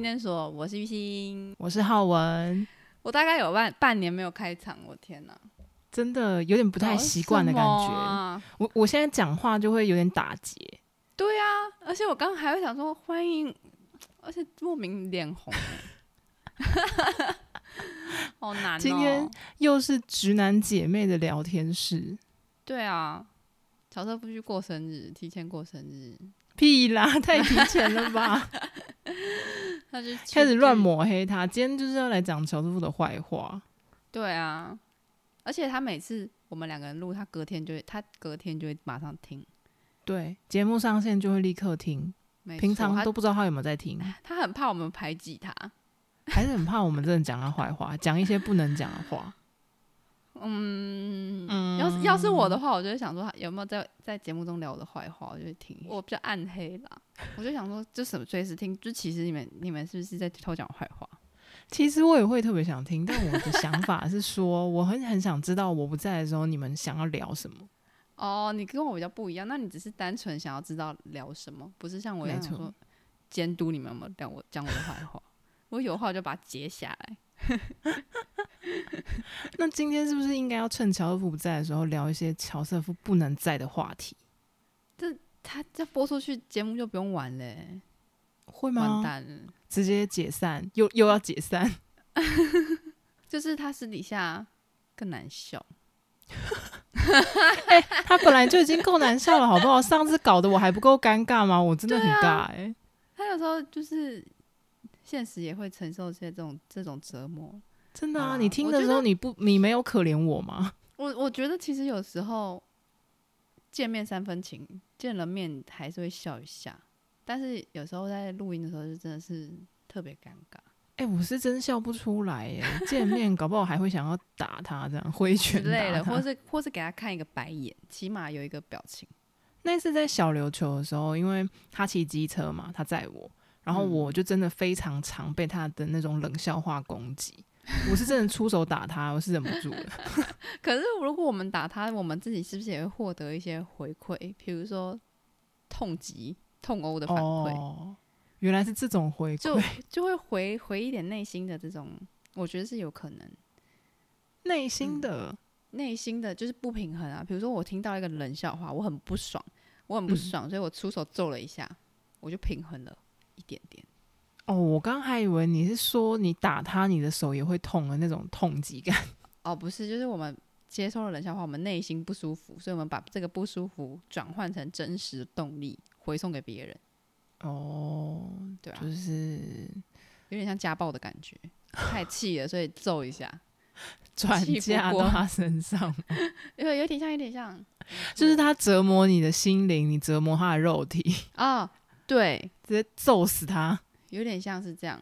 电所，我是玉鑫。我是浩文，我大概有半半年没有开场，我天哪，真的有点不太习惯的感搞什么觉。啊我我现在讲话就会有点打结，对啊，而且我刚刚还会想说欢迎，而且莫名脸红 欸，好难、哦。今天又是直男姐妹的聊天室，对啊，乔瑟夫去过生日，提前过生日，屁啦，太提前了 吧？ 他就去开始乱。抹黑他。今天就是要来讲乔师傅的坏话，对啊，而且他每次我们两个人录，他隔天就会，他隔天就会马上听。对，节目上线就会立刻听，没平错常他都不知道他有没有 在听，他很怕我们排挤他。还是很怕我们真的讲他坏话，讲一些不能讲的话。嗯，要是要是我的话，我就会想说有没有在在节目中聊我的坏话，我就会听。我比较暗黑啦，我就想说，就什么随时听，就其实你们你们是不是在偷讲我坏话？其实我也会特别想听，但我的想法是说，我很很想知道我不在的时候你们想要聊什么。哦，你跟我比较不一样，那你只是单纯想要知道聊什么，不是 像我一样没错说监督你们有没有讲我讲我的坏话。我有话我就把它截下来。那今天是不是应该要趁乔瑟夫不在的时候聊一些乔瑟夫不能在的话题？他这播出去节目就不用玩嘞、会完吗？蛋了。直接解散，又又要解散？就是他私底下更难笑， 他本来就已经够难笑了，好不好？上次搞得我还不够尴尬吗？我真的很尬哎、他有时候就是现实也会承受这种这种折磨。真的啊！啊你听我的觉时候得你不你没有可怜我吗？我我觉得其实有时候见面三分情，见了面还是会笑一下，但是有时候在录音的时候就真的是特别尴尬， 哎、我是真笑不出来耶、见面搞不好还会想要打他，这样挥之拳类打的，他。或是或是给他看一个白眼，起码有一个表情。那次在小琉球的时候，因为他骑机车嘛，他载我，然后嗯我就真的非常常被他的那种冷笑话攻击。我是真的出手打他，我是忍不住的。可是如果我们打他，我们自己是不是也会获得一些回馈？比如说痛击、痛殴的反馈，哦，原来是这种回就馈，就会回回一点内心的这种，我觉得是有可能。内嗯心的、内心的就是不平衡啊。比如说我听到一个冷笑话，我很不爽，我嗯很不爽，所以我出手揍了一下，我就平衡了一点点。哦。我刚还以为你是说你打他，你的手也会痛的那种痛击感。哦，不是，就是我们接受了冷笑话，我们内心不舒服，所以我们把这个不舒服转换成真实的动力，回送给别人，哦，对啊，就是有点像家暴的感觉，太气了，所以揍一下，转 气不嫁过到他身 上，因为有点像，有点像就是他折磨你的心灵，你折磨他的肉体，啊、对，直接揍死他。有点像是这样。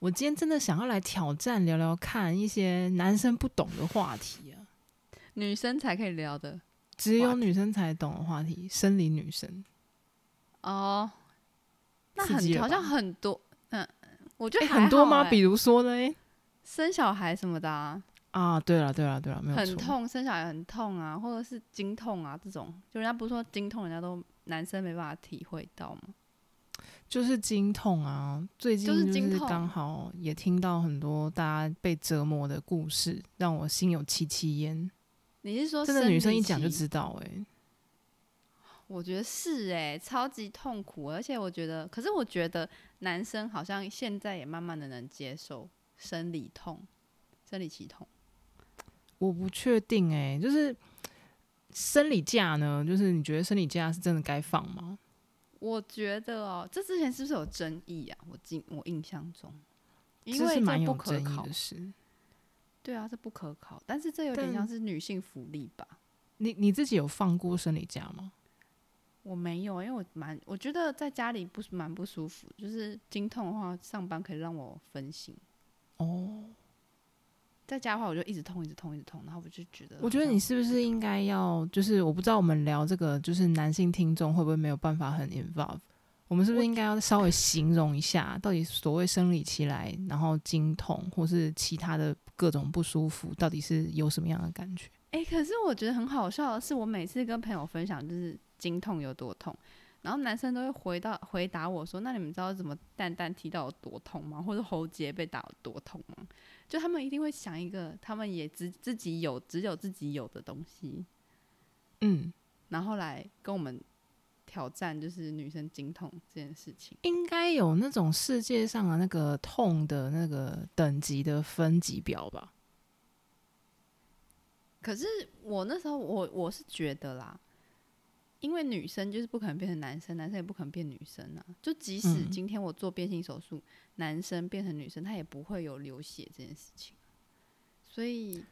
我今天真的想要来挑战聊聊看一些男生不懂的话题啊，女生才可以聊的只有话题女生才懂的话题，生理女生。哦，那刺激很了好吧像很多，嗯，我觉诶得、很多吗？比。比如说呢？生小孩什么的、啊，啊，对了，对了，对了，没有很错。痛，生小孩很痛啊，或者是经痛啊这种，就人家不是说经痛，人家都男生没办法体会到吗？就是经痛啊，最近就是经是痛刚好也听到很多大家被折磨的故事，让我心有戚戚焉。你是说真的，女生生理一讲就期？知道、欸，我觉得是哎、超级痛苦，而且我觉得，可是我觉得男生好像现在也慢慢的能接受生理痛、生理期痛。我不确定、欸，就是生理假呢，就是你觉得生理假是真的该放吗？我觉得哦，这之前是不是有争议啊？我记我印象中，因这为是蛮这有不可争议考的，事。对啊，这不可考，但是这有点但像是女性福利吧。你你自己有放过生理假吗？我没有，因为我蛮我觉得在家里不是蛮不舒服，就是经痛的话，上班可以让我分心。哦，在家的话，我就一直痛，一直痛，一直痛，然后我就觉得好像，我觉得你是不是应该要，就是我不知道我们聊这个，就是男性听众会不会没有办法很 involve，我们是不是应该要稍微形容一下，到底所谓生理期来，然后经痛或是其他的各种不舒服，到底是有什么样的感觉？哎、可是我觉得很好笑的是，我每次跟朋友分享就是经痛有多痛，然后男生都会回到回答我说：“那你们知道怎么蛋蛋踢到有多痛吗？或者喉结被打有多痛吗？”就他们一定会想一个他们也只自己有只有自己有的东西，嗯，然后来跟我们挑战就是女生经痛这件事情。应该有那种世界上的那个痛的那个等级的分级表吧？可是我那时候我我是觉得啦，因为女生就是不可能变成男生，男生也不可能变女生啊。就即使嗯今天我做变性手术，男生变成女生，他也不会有流血这件事情。啊所以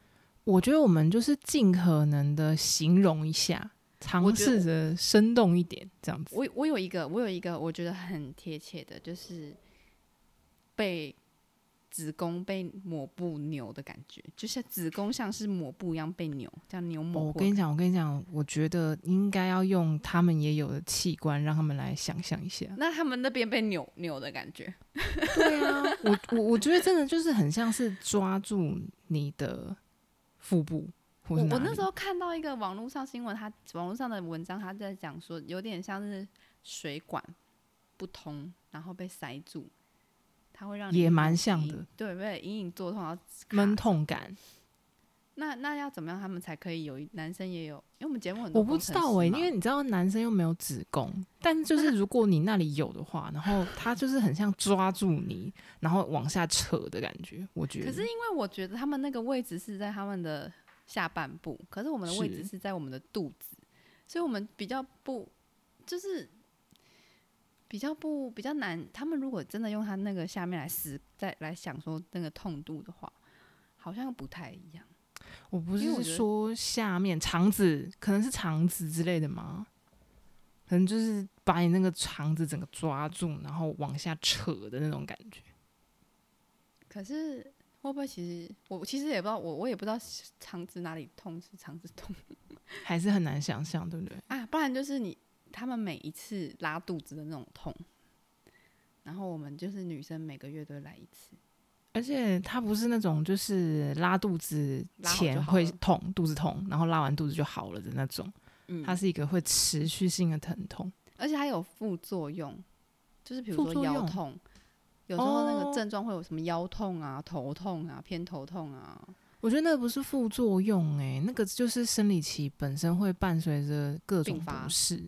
我觉得我们就是尽可能的形容一下，尝我觉得试着生动一点，这样子。我我有一个我有一个我觉得很贴切的，就是被子宫被抹布扭的感觉，就像子宫像是抹布一样被扭，这样扭哦抹我布。。跟你讲，我跟你讲，我觉得应该要用他们也有的器官，让他们来想象一下 那他们那边被扭扭的感觉，对啊， 我我我觉得真的就是很像是抓住你的腹部或我是我哪那里时。候看到一个网络上新闻，他网络上的文章，他在讲说，有点像是水管不通，然后被塞住，它会让你也隐蛮隐像隐的，对，被隐隐作痛，然后卡闷。痛感，那那要怎么样，他们才可以有一？男生也有，因为我们节目很多我不工知程道师哎、嘛因为你知道男生又没有子宫，但就是如果你那里有的话，然后他就是很像抓住你，然后往下扯的感觉，我觉得。可是因为我觉得他们那个位置是在他们的下半部，可是我们的位置是是在我们的肚子，所以我们比较不就是比较不比较难。他们如果真的用他那个下面来撕，再来想说那个痛度的话，好像不太一样。我不因为我是觉得说下面肠子可能是肠子之类的吗？可能就是把你那个肠子整个抓住，然后往下扯的那种感觉。可是会不会其实我其实也不知道，我我也不知道肠子哪里痛是肠子痛还是很难想象，对不对？啊，不然就是你他们每一次拉肚子的那种痛。然后我们就是女生，每个月都会来一次。而且它不是那种就是拉肚子拉好就前好会了痛，肚子痛，然后拉完肚子就好了的那种，嗯，它是一个会持续性的疼痛。而且它有副作用，就是比如副说作腰用痛，有时候那哦个症状会有什么腰痛啊、头痛啊、偏头痛啊。我觉得那个不是副作用、欸，那个就是生理期本身会伴随着各种并发不适。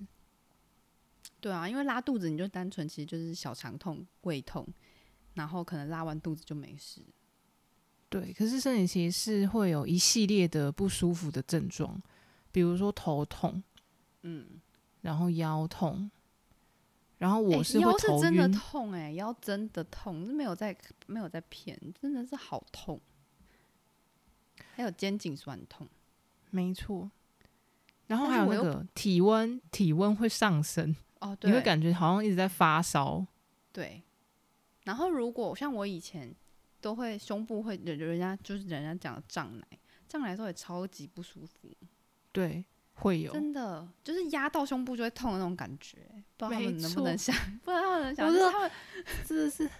对啊，因为拉肚子你就单纯其实就是小肠痛、胃痛，然后可能拉完肚子就没事。对，可是生理期是会有一系列的不舒服的症状，比如说头痛，嗯，然后腰痛，然后我欸是会腰是头真的晕，痛哎、腰真的痛，没有在没有在骗，真的是好痛。还有肩颈酸痛，没错。然后但还是有我那又个体温，体温会上升，哦，对，你会感觉好像一直在发烧。对，然后如果像我以前都会胸部会人人家就是人家讲的胀奶，胀奶的时候也超级不舒服，对，会有。真的就是压到胸部就会痛的那种感觉，不知道他没们能不能错想，不知道他 们能想，我就是知道他们真的是，他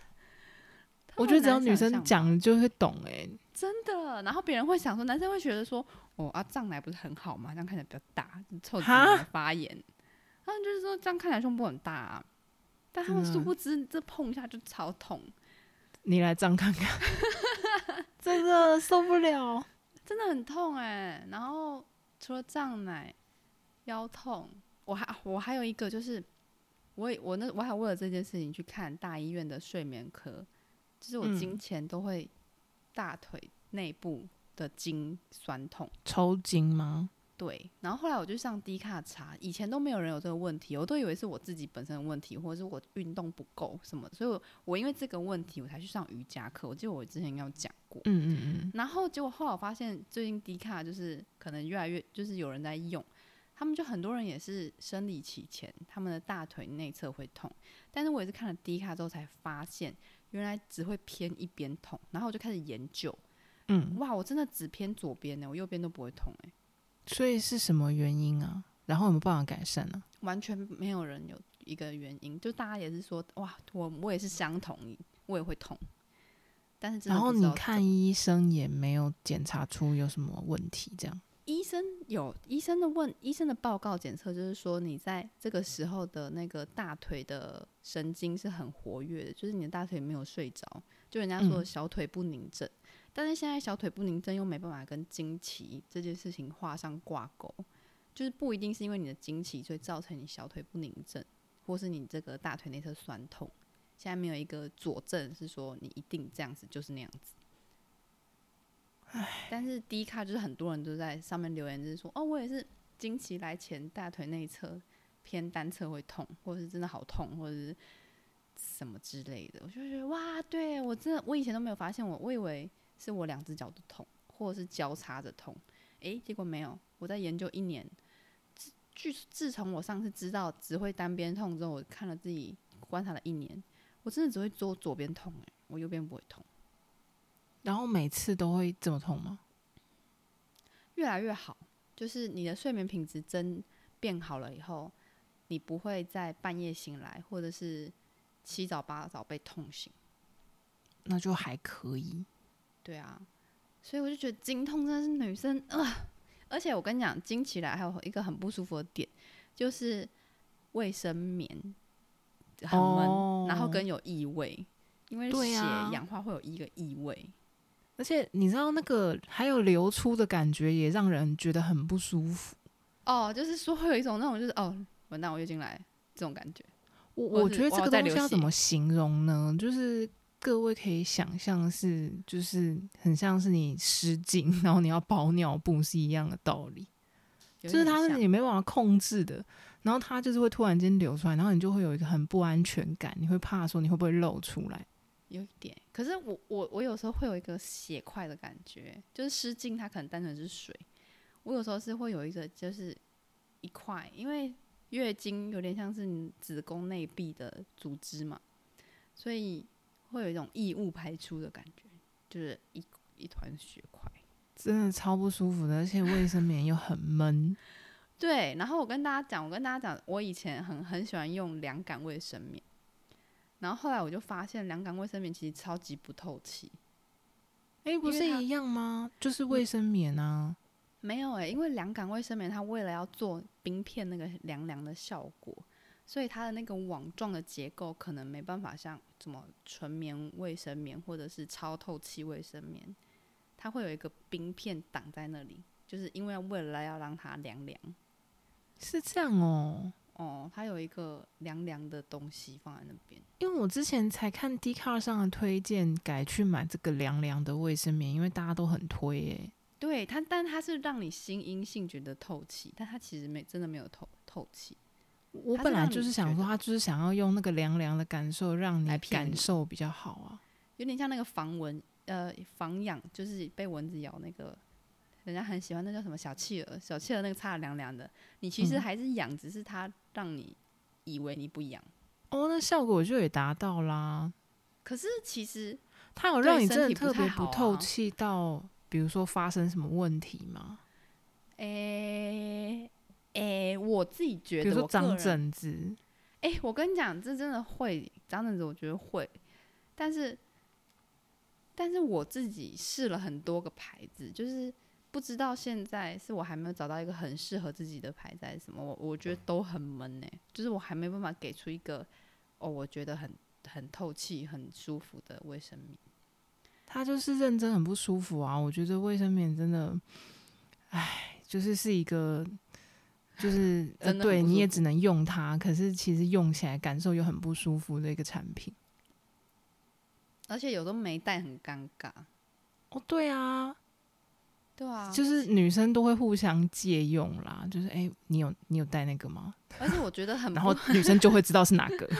我们觉得只很要难想女生象讲吧了就会懂哎、真的，然后别人会想说，男生会觉得说，哦啊胀奶不是很好嘛，这样看起来比较大，臭直哈男发言，他们就是说这样看起来胸部很大、啊，但他们真的啊殊不知这碰一下就超痛。你来胀 看看，真的受不了。真的很痛哎、然后除了胀奶、腰痛，我还我还有一个就是，我也我那我还为了这件事情去看大医院的睡眠科，就是我嗯经前都会大腿内部的筋酸痛。抽筋吗？对，然后后来我就上低卡查，以前都没有人有这个问题，我都以为是我自己本身的问题，或者是我运动不够什么，所以我我因为这个问题我才去上瑜伽课。我记得我之前应该有讲过，嗯嗯嗯。然后结果后来我发现，最近迪卡就是可能越来越就是有人在用，他们就很多人也是生理期前，他们的大腿内侧会痛，但是我也是看了迪卡之后才发现，原来只会偏一边痛，然后我就开始研究，嗯，哇，我真的只偏左边欸呢，我右边都不会痛哎，所以是什么原因啊？然后有没有办法改善呢、完全没有人有一个原因，就大家也是说，哇，我我也是相同，我也会痛，但是真的然后不知你道看医生也没有检查出有什么问题，这样医生有医生的问医生的报告检测，就是说你在这个时候的那个大腿的神经是很活跃的，就是你的大腿没有睡着，就人家说的嗯小腿不宁症。但是现在小腿不宁症又没办法跟经期这件事情画上挂钩，就是不一定是因为你的经期，所以造成你小腿不宁症，或是你这个大腿内侧酸痛。现在没有一个佐证是说你一定这样子就是那样子。但是低卡就是很多人都在上面留言，就是说哦，我也是经期来前大腿内侧偏单侧会痛，或者是真的好痛，或者是什么之类的。我就觉得哇，对我真的我以前都没有发现我，我以为是我两只脚都痛，或者是交叉着痛，诶、结果没有。我在研究一年，自据自从我上次知道只会单边痛之后，我看了自己观察了一年，我真的只会做左边痛、诶，我右边不会痛。然后每次都会这么痛吗？越来越好，就是你的睡眠品质真变好了以后，你不会在半夜醒来，或者是七早八早被痛醒。那就还可以。对啊，所以我就觉得经痛真的是女生啊、而且我跟你讲，经起来还有一个很不舒服的点，就是卫生棉很闷，哦然后跟有异味，因为对血啊氧化会有一个异味。而且你知道那个还有流出的感觉，也让人觉得很不舒服。哦，就是说会有一种那种就是哦，完蛋，我月经来这种感觉。我或我是觉得哇这个在东西流要怎血么形容呢？就是各位可以想象是，就是很像是你失禁，然后你要包尿布是一样的道理，有就是点它是像你没办法控制的，然后它就是会突然间流出来，然后你就会有一个很不安全感，你会怕说你会不会漏出来。有一点，可是我我我有时候会有一个血块的感觉，就是湿巾它可能单纯是水，我有时候是会有一个就是一块，因为月经有点像是你子宫内壁的组织嘛，所以会有一种异物排出的感觉，就是一一团血块。真的超不舒服的，而且卫生棉又很 闷。对，然后我跟大家讲，我跟大家讲，我以前很很喜欢用凉感卫生棉，然后后来我就发现凉感卫生棉其实超级不透气。哎、不因是为它一样吗？嗯就是卫生棉啊。没有诶、欸因为凉感卫生棉它为了要做冰片那个凉凉的效果，所以它的那个网状的结构可能没办法像什么纯棉卫生棉或者是超透气卫生棉，它会有一个冰片挡在那里，就是因为要为了要让它凉凉是这样哦，哦，它有一个凉凉的东西放在那边。因为我之前才看 d c a r 上的推荐，改去买这个凉凉的卫生棉，因为大家都很推诶、对它，但它是让你心阴性觉得透气，但它其实没真的没有透透气。我它是本来让你就是想说，觉得他就是想要用那个凉凉的感受，让你来骗感你受比较好啊。有点像那个防蚊，呃，防痒，就是被蚊子咬那个，人家很喜欢那叫什么小企鹅，小企鹅那个擦的凉凉的，你其实嗯还是痒，只是它让你以为你不痒，哦，那效果就也达到啦。可是其实它有对让你身真的体不特别太好不啊透气到，比如说发生什么问题吗？诶诶、我自己觉比得如我说个人啊长疹子，哎、我跟你讲，这真的会长疹子，我觉得会，但是，但是我自己试了很多个牌子，就是不知道现在是我还没有找到一个很适合自己的牌子还是什么，我我觉得都很闷呢、欸就是我还没办法给出一个哦，我觉得很很透气、很舒服的卫生棉。它就是认真很不舒服啊。我觉得卫生棉真的，唉，就是是一个，就是呃，真的很对，不你舒也服只能用它，可是其实用起来感受又很不舒服的一个产品。而且有时候没带很尴尬，哦，对啊，对啊，就是女生都会互相借用啦，就是哎、你有你有带那个吗？啊而且我觉得很然不后女生就会知道是哪 个。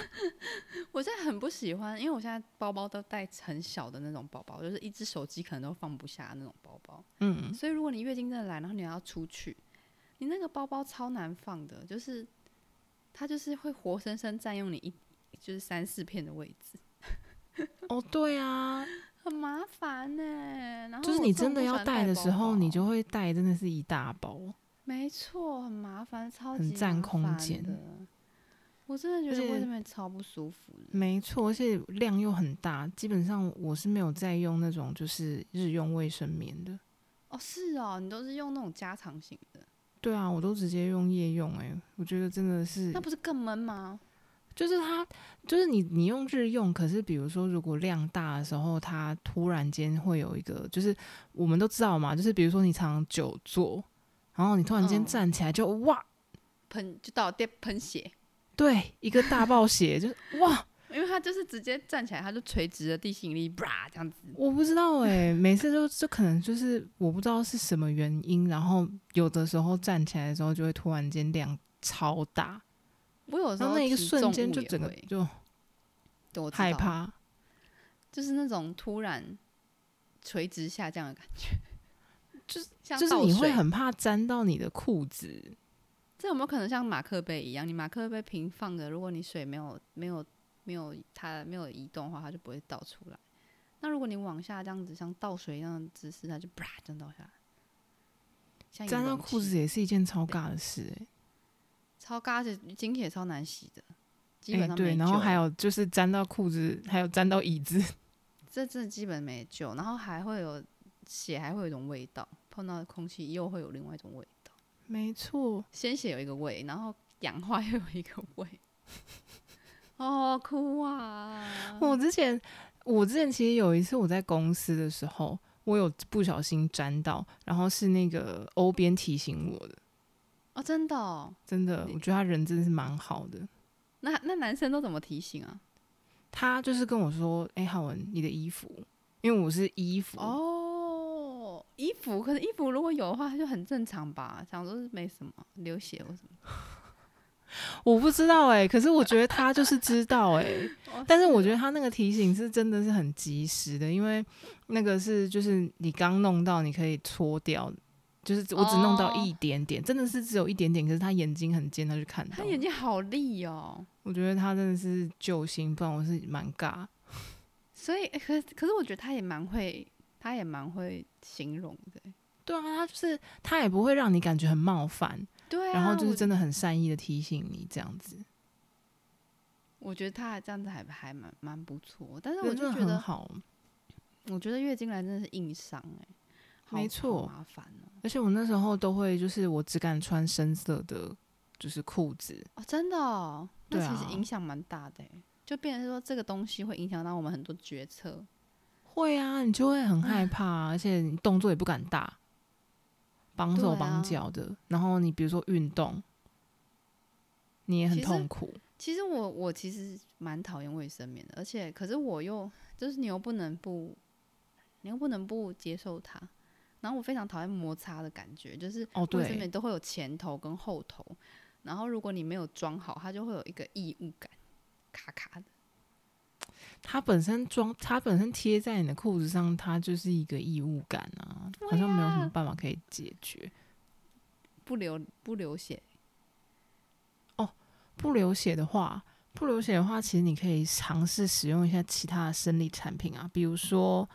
我现在很不喜欢，因为我现在包包都带很小的那种包包，就是一只手机可能都放不下那种包包。嗯，所以如果你月经真的来，然后你要出去，你那个包包超难放的，就是它就是会活生生占用你一就是三四片的位置，哦，对啊，很麻烦呢、然后就是啊我你这种真不的喜要欢带的包时候，包啊你就会带，真的是一大包。没错，很麻烦，超级很占麻空烦间的。我真的觉而得且为什么超不舒服的？没错，而且量又很大，基本上我是没有在用那种就是日用卫生棉的，哦，是哦，你都是用那种加长型的，对啊，我都直接用夜用、欸，哎，我觉得真的是那，不是更闷吗？就是它，就是你你用日用，可是比如说如果量大的时候，它突然间会有一个，就是我们都知道嘛，就是比如说你常久坐，然后你突然间嗯站起来就、哇，喷就到店喷血，对，一个大 暴血，就是哇，因为他就是直接站起来，他就垂直的地心引力，啪这样子。我不知道哎、每次就就可能就是我不知道是什么原因，然后有的时候站起来的时候就会突然间量超大，我有时然候后那一个提瞬重间物就也整个会就对我知害道，怕。就是那种突然垂直下降的感觉， 就是 像就是倒你会水很怕沾到你的裤子，这有没有可能像马克杯一样？你马克杯平放着，如果你水没有没有没有它没有移动的话，它就不会倒出来。那如果你往下这样子，像倒水一样的姿势，它就啪这样倒下来，像一个沾到容裤子器，也是一件超尬的事、欸。超嘎，而且金铁超难洗的，基哎本上没救、对，然后还有就是沾到裤子，还有沾到椅 子，这真的基本没救，然后还会有血，还会有一种味道，碰到空气又会有另外一种味道，没错，鲜血有一个味，然后氧化又有一个味， 哦，哭啊！我之前，我之前其实有一次我在公司的时候，我有不小心沾到，然后是那个欧边提醒我的，哦，真的、哦？真的，我觉得他人真的是蛮好的。那那男生都怎么提醒啊？他就是跟我说：“哎、浩文，你的衣服，因为我是衣服，哦，衣服，可是衣服如果有的话，就很正常吧？想说是没什么流血或什么。我不知道哎、可是我觉得他就是知道哎、 但是我觉得他那个提醒是真的是很及时的，因为那个是就是你刚弄到，你可以搓掉，就是我只弄到哦一点点，真的是只有一点点。可是他眼睛很尖，他就看到他。眼睛好利哦，我觉得他真的是救星，不然我是蛮尬。所以可是可是我觉得他也蛮会，他也蛮会形容的。欸对啊，他就是他也不会让你感觉很冒犯，对啊，然后就是我真的很善意的提醒你这样子，我觉得他还这样子还还蛮蛮不错，但是对我就真的觉很得，好。我觉得月经来真的是硬伤哎、好没好错麻烦哦、而且我那时候都会就是我只敢穿深色的，就是裤子，哦，真的、哦，那对其啊实影响蛮大的、欸，就变成说这个东西会影响到我们很多决策。会啊，你就会很害怕啊、而且你动作也不敢大，绑手对啊绑脚的。然后你比如说运动，你也很其实痛苦。其实我我其实蛮讨厌卫生棉的，而且可是我又就是你又不能不，你又不能不接受它。然后我非常讨厌摩擦的感觉，就是哦卫生对棉都会有前头跟后头，然后如果你没有装好，它就会有一个异物感，卡卡的。它本身装，它本身贴在你的裤子上，它就是一个异物感啊，好像没有什么办法可以解决。不流不流血，不流血的话，不流血的话，其实你可以尝试使用一下其他的生理产品啊，比如说。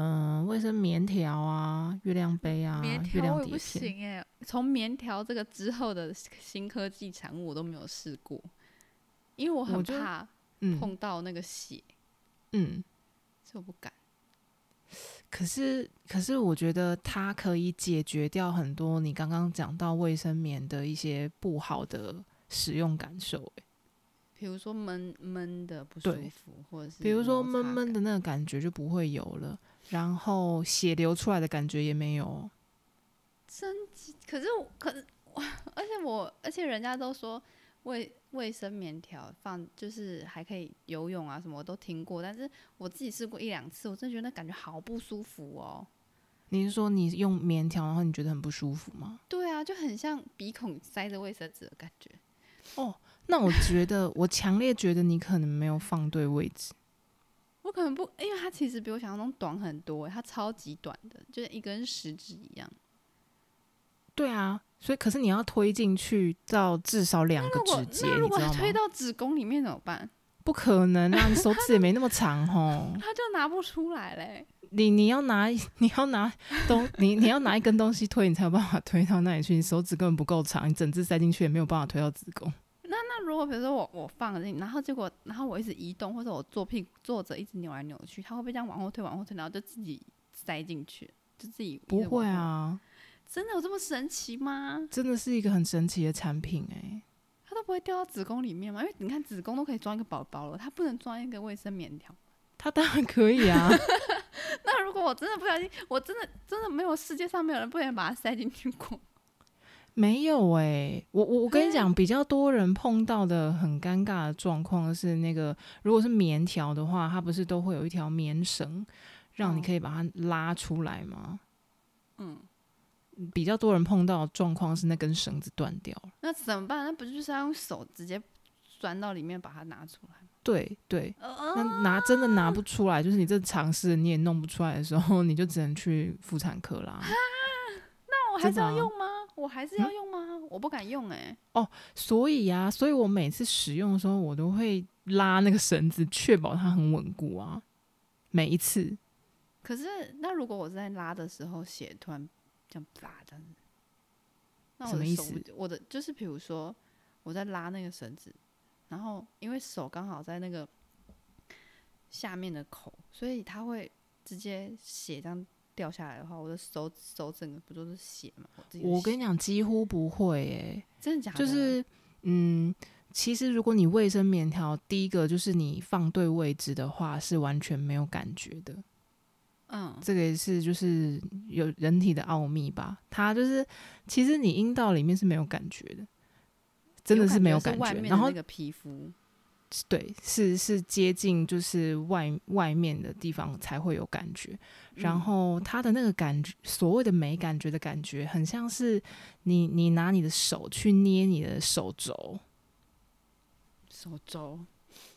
嗯，卫生棉条啊，月亮杯啊，棉月条亮我也不碟片，行哎、欸从棉条这个之后的新科技产物我都没有试过，因为我我很就怕嗯碰到那个血，嗯，所以我不敢。可是，可是我觉得它可以解决掉很多你刚刚讲到卫生棉的一些不好的使用感受、欸，比如说闷闷的不舒对服，或者是比如说摩闷擦闷感的那个感觉就不会有了，然后血流出来的感觉也没有。可是我，可是我，而且我，而且人家都说卫卫生棉条放就是还可以游泳啊什么，我都听过，但是我自己试过一两次，我真的觉得那感觉好不舒服哦。你是说你用棉条，然后你觉得很不舒服吗？对啊，就很像鼻孔塞着卫生纸的感觉。那我觉得，我强烈觉得你可能没有放对位置。我可能不，因为它其实比我想象中短很多欸，它超级短的，就是一根食指一样。对啊，所以可是你要推进去到至少两个如果指节，那如你果知道推吗？到子宫里面怎么办？ 不可能啊，你手指也没那么长吼。它就拿不出来嘞。你你要拿你要拿东你你要拿一根东西推，你才有办法推到那里去。你手指根本不够长，你整只塞进去也没有办法推到子宫。那如果比如说我我放了进去，然后结果然后我一直移动，或者我坐屁坐着一直扭来扭去，它会不会这样往后退往后退，然后就自己塞进去？就自己不会，啊，真的有这么神奇吗？真的是一个很神奇的产品哎、它都不会掉到子宫里面吗？因为你看子宫都可以装一个宝宝了，它不能装一个卫生棉条。 它当然可以啊，那如果我真的不小心，我真的真的没有世界上没有人不能把它塞进去过。 没有哎、我我我跟你对讲，比较多人碰到的很尴尬的状况是那个，如果是棉条的话，它不是都会有一条棉绳，让你哦可以把它拉出来吗？嗯，比较多人碰到的状况是那根绳子断掉了。那怎么办？那不就是要用手直接钻到里面把它拿出来吗？对对，那呃，拿真的拿不出来，就是你这尝试你也弄不出来的时候，你就只能去妇产科啦。那我还是要真的啊用吗？我还是要用吗？我不敢用哎、所以呀、所以我每次使用的时候，我都会拉那个绳子，确保它很稳固啊。每一次，可是那如果我在拉的时候血突然这样啪这样子，那我什么的意手不思就我的就是比如说我在拉那个绳子，然后因为手刚好在那个下面的口，所以它会直接血这样掉下来的话，我的手手整个不都是血嘛？我自己的我跟血你讲，几乎不会诶、真的假的？就是嗯，其实如果你卫生棉条，第一个就是你放对位置的话，是完全没有感觉的。嗯，这个也是就是有人体的奥秘吧，它就是其实你阴道里面是没有感觉的，真的是没有感觉，外觉。面然的后那个皮肤对，是是接近就是外外面的地方才会有感觉。然嗯后它的那个感觉，所谓的没感觉的感觉，很像是你你拿你的手去捏你的手肘，手肘，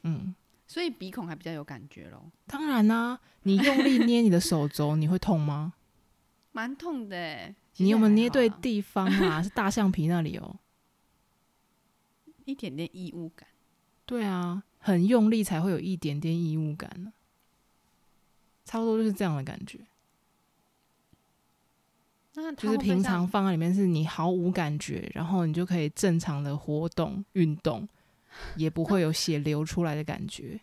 嗯，所以鼻孔还比较有感觉咯，当然啦、你用力捏你的手肘，你会痛吗？蛮痛的欸。 其你实有没有还捏好对啦地方啊？是大橡皮那里哦。一点点异物感？对啊，很用力才会有一点点异物感呢、差不多就是这样的感觉，那它就是会不会平这样常放在里面是你毫无感觉，然后你就可以正常的活动运动，也不会有血流出来的感觉。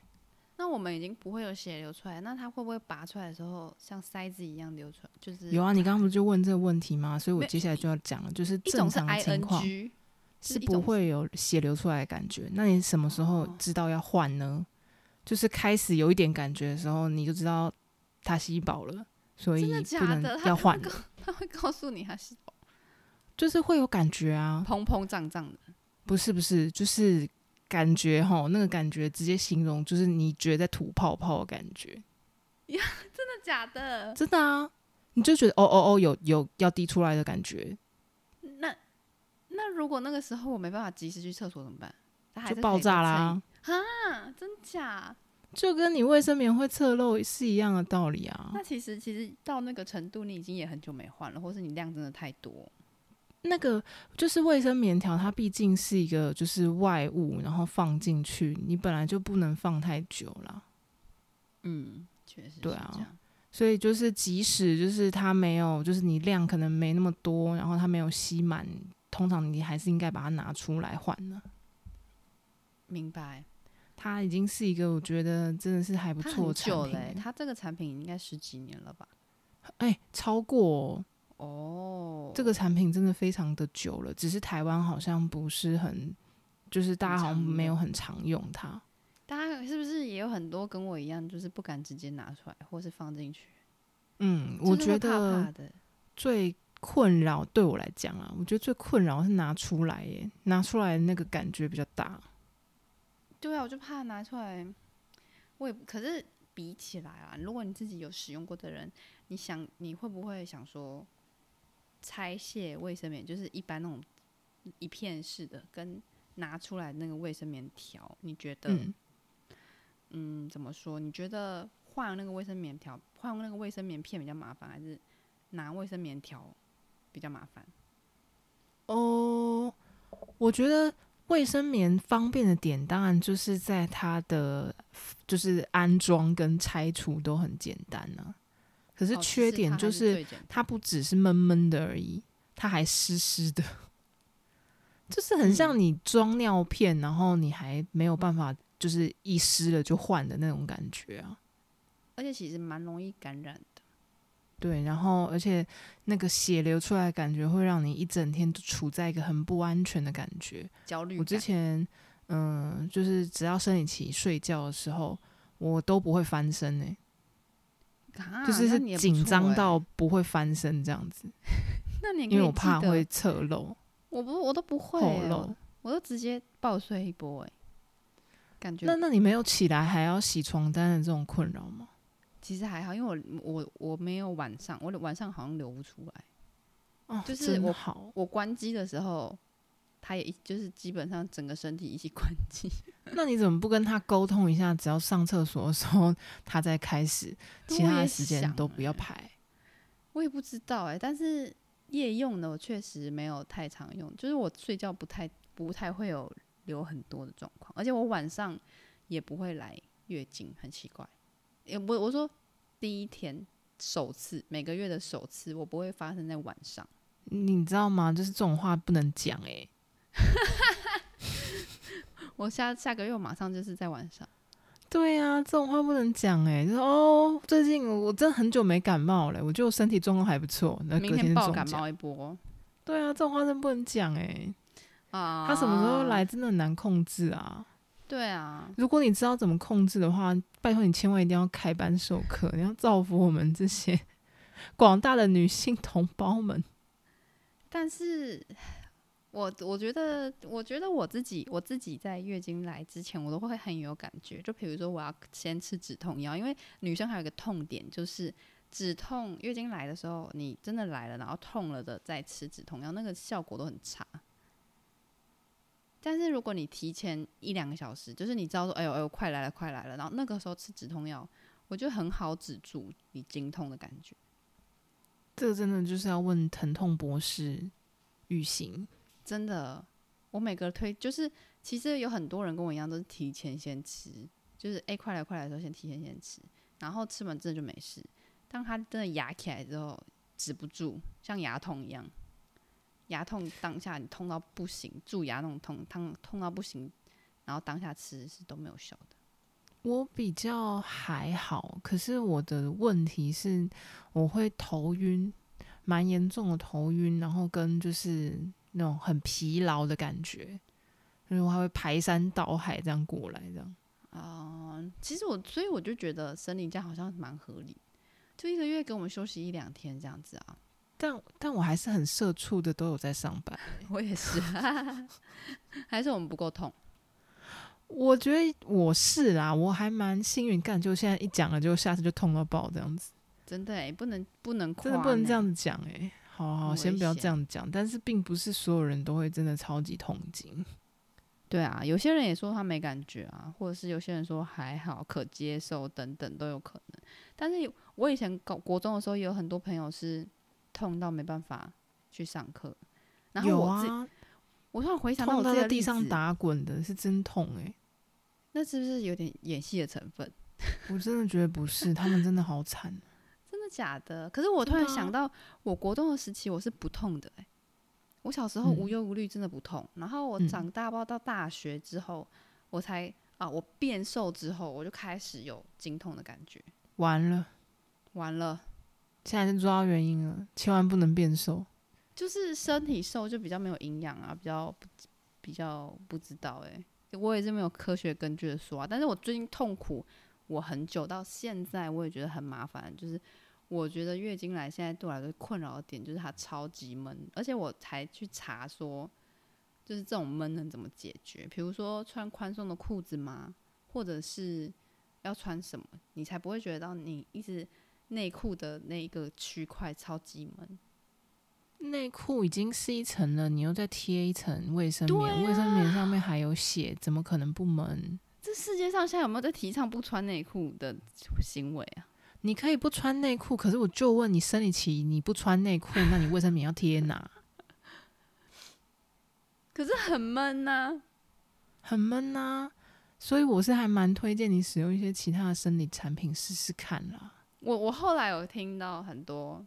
那我们已经不会有血流出来，那它会不会拔出来的时候像塞子一样流出来？就是有啊，你刚刚不就问这个问题吗？所以我没接下来就要讲了，就是一种正是常的情况 ing，是一种不会有血流出来的感觉。那你什么时候哦知道要换呢？就是开始有一点感觉的时候，你就知道它吸饱了，所以真的不假的？能它它要换会了告。它会告诉你它是就是会有感觉啊，膨膨胀胀的，不是不是，就是感觉吼，那个感觉直接形容就是你觉得在吐泡泡的感觉，真的假的？真的啊，你就觉得哦哦哦，有有要滴出来的感觉，那那如果那个时候我没办法及时去厕所怎么办？它还就是爆可以炸再啦，蹭一！啊，真假？就跟你卫生棉会侧漏是一样的道理啊。那其实其实到那个程度，你已经也很久没换了，或是你量真的太多，那个就是卫生棉条，它毕竟是一个就是外物，然后放进去，你本来就不能放太久啦。嗯，确实是对啊这样所以就是即使就是它没有，就是你量可能没那么多，然后它没有吸满，通常你还是应该把它拿出来换呢。明白。它已经是一个我觉得真的是还不它错很的产久欸品欸嘞、了，它这个产品应该十几年了吧？哎、超过哦、哦，这个产品真的非常的久了，只是台湾好像不是很，就是大家好像很常用没有很常用它。大家是不是也有很多跟我一样，就是不敢直接拿出来或是放进去？嗯，我就是觉会得怕怕的，最困扰对我来讲啊，我觉得最困扰是拿出来耶，拿出来那个感觉比较大。对啊，我就怕拿出来。我也可是比起来啊，如果你自己有使用过的人，你想你会不会想说拆卸卫生棉，就是一般那种一片式的，跟拿出来那个卫生棉条，你觉得嗯，嗯，怎么说？你觉得换那个卫生棉条，换那个卫生棉片比较麻烦，还是拿卫生棉条比较麻烦？哦，我觉得卫生棉方便的点，当然就是在它的就是安装跟拆除都很简单呢、可是哦缺点它就还是是最简单它不只是闷闷的而已，它还湿湿的，就是很嗯像你装尿片，然后你还没有办法就是一湿了就换的那种感觉啊。而且其实蛮容易感染的。对，然后而且那个血流出来的感觉会让你一整天都处在一个很不安全的感觉。焦虑我之感。前，嗯，就是只要生理期睡觉的时候，我都不会翻身呢、欸啊就那是你也是不紧错张欸到不会翻身这样子，那你也可因为以我记怕得会，侧漏、我不我都不会后欸、漏我。我都直接爆睡一波哎、感觉那那你没有起来还要洗床单的这种困扰吗？其实还好，因为我我我没有晚上，我晚上好像流不出来。哦，就是真我好，我关机的时候，它也一就是基本上整个身体一起关机。那你怎么不跟他沟通一下？只要上厕所的时候他再开始，其我他也的时间想都不要欸排。我也不知道哎、但是夜用的我确实没有太常用，就是我睡觉不太不太会有流很多的状况，而且我晚上也不会来月经，很奇怪。也我我说第一天首次每个月的首次，我不会发生在晚上。你知道吗？就是这种话不能讲欸诶、我下下个月马上就是在晚上，对啊，这种话不能讲诶、就是哦，最近我真的很久没感冒了，我觉得我身体状况还不错。那明隔天天爆中感奖。冒一波对啊，这种话真不能讲诶、啊！他什么时候？来真的很难控制啊。对啊，如果你知道怎么控制的话，拜托你千万一定要开班授课，你要造福我们这些 广大的女性同胞们。但是我我觉得，我觉得我自己我自己在月经来之前，我都会很有感觉。就比如说，我要先吃止痛药，因为女生还有一个痛点就是止痛，月经来的时候你真的来了，然后痛了的再吃止痛药，那个效果都很差。但是如果你提前一两个小时，就是你知道说，哎呦哎呦，快来了快来了，然后那个时候吃止痛药，我觉得很好止住你经痛的感觉。这个真的就是要问疼痛博士玉行。真的，我每个推就是，其实有很多人跟我一样，都是提前先吃，就是哎、诶快来快来的时候先提前先吃，然后吃完真的就没事。当他真的压起来之后，止不住，像牙痛一样，牙痛当下你痛到不行，蛀牙那种痛，痛痛到不行，然后当下吃是都没有效的。我比较还好，可是我的问题是，我会头晕，蛮严重的头晕，然后跟就是那种很疲劳的感觉，就是我还会排山倒海这样过来，这样嗯其实我，所以我就觉得生理假好像蛮合理，就一个月给我们休息一两天这样子啊。但但我还是很社畜的，都有在上班。 我也是， 还是我们不够痛。我觉得我是啦，我还蛮幸运，干就现在一讲了，就下次就痛到爆这样子，真的哎、不能不能夸真的不能呢这。样子讲诶、好好，很先危不要险这样讲，但是并不是所有人都会真的超级痛经。对啊，有些人也说他没感觉啊，或者是有些人说还好可接受等等都有可能。但是我以前高国中的时候，也有很多朋友是痛到没办法去上课，然后有我自己、啊，我突然回想到我痛自到己的在例地子上，打滚的是真痛哎、那是不是有点演戏的成分？我真的觉得不是，他们真的好惨。真的假的？可是我突然想到，我国中的时期我是不痛的、欸，我小时候无忧无虑，真的不痛。然后我嗯长大，不知道到大学之后，我才啊，我变瘦之后，我就开始有经痛的感觉。完了，完了，现在就抓到原因了，千万不能变瘦。就是身体瘦就比较没有营养啊，比较不比较不知道哎、我也是没有科学根据的说啊。但是我最近痛苦我很久，到现在我也觉得很麻烦，就是我觉得月经来现在对我来说困扰的点就是它超级闷，而且我才去查说，就是这种闷能怎么解决？比如说穿宽松的裤子吗？或者是要穿什么，你才不会觉得到你一直内裤的那一个区块超级闷？内裤已经是一层了，你又再贴一层卫生棉，啊卫、生棉上面还有血，怎么可能不闷？这世界上现在有没有在提倡不穿内裤的行为啊？你可以不穿内裤，可是我就问你，生理期你不穿内裤，那你卫生棉要贴哪？可是很闷啊呐、很闷呐、所以我是还蛮推荐你使用一些其他的生理产品试试看啦。我我后来有听到很多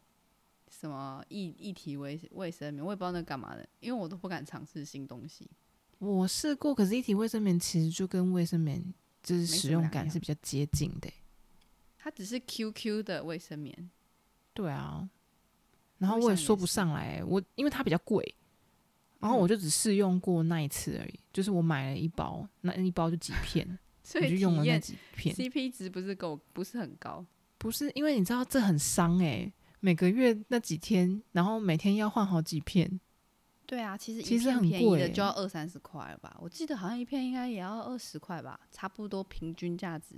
什么议议题卫卫生棉，我也不知道那干嘛的，因为我都不敢尝试新东西。我试过，可是一体卫生棉其实就跟卫生棉就是什使么用两感样是比较接近的欸、它只是 QQ 的卫生棉，对啊，然后我我也想说也不是上来，欸我因为它比较贵，然后我嗯就只试用过那一次而已，就是我买了一包，那一包就几 片，所我就以用体了那验几片， CP 值不是够，不是很高。不是因为你知道这很伤诶、每个月那几天，然后每天要换好几片，对啊，其实一其实片很便宜贵的耶就要二三十块了吧？我记得好像一片应该也要二十块吧，差不多平均价值。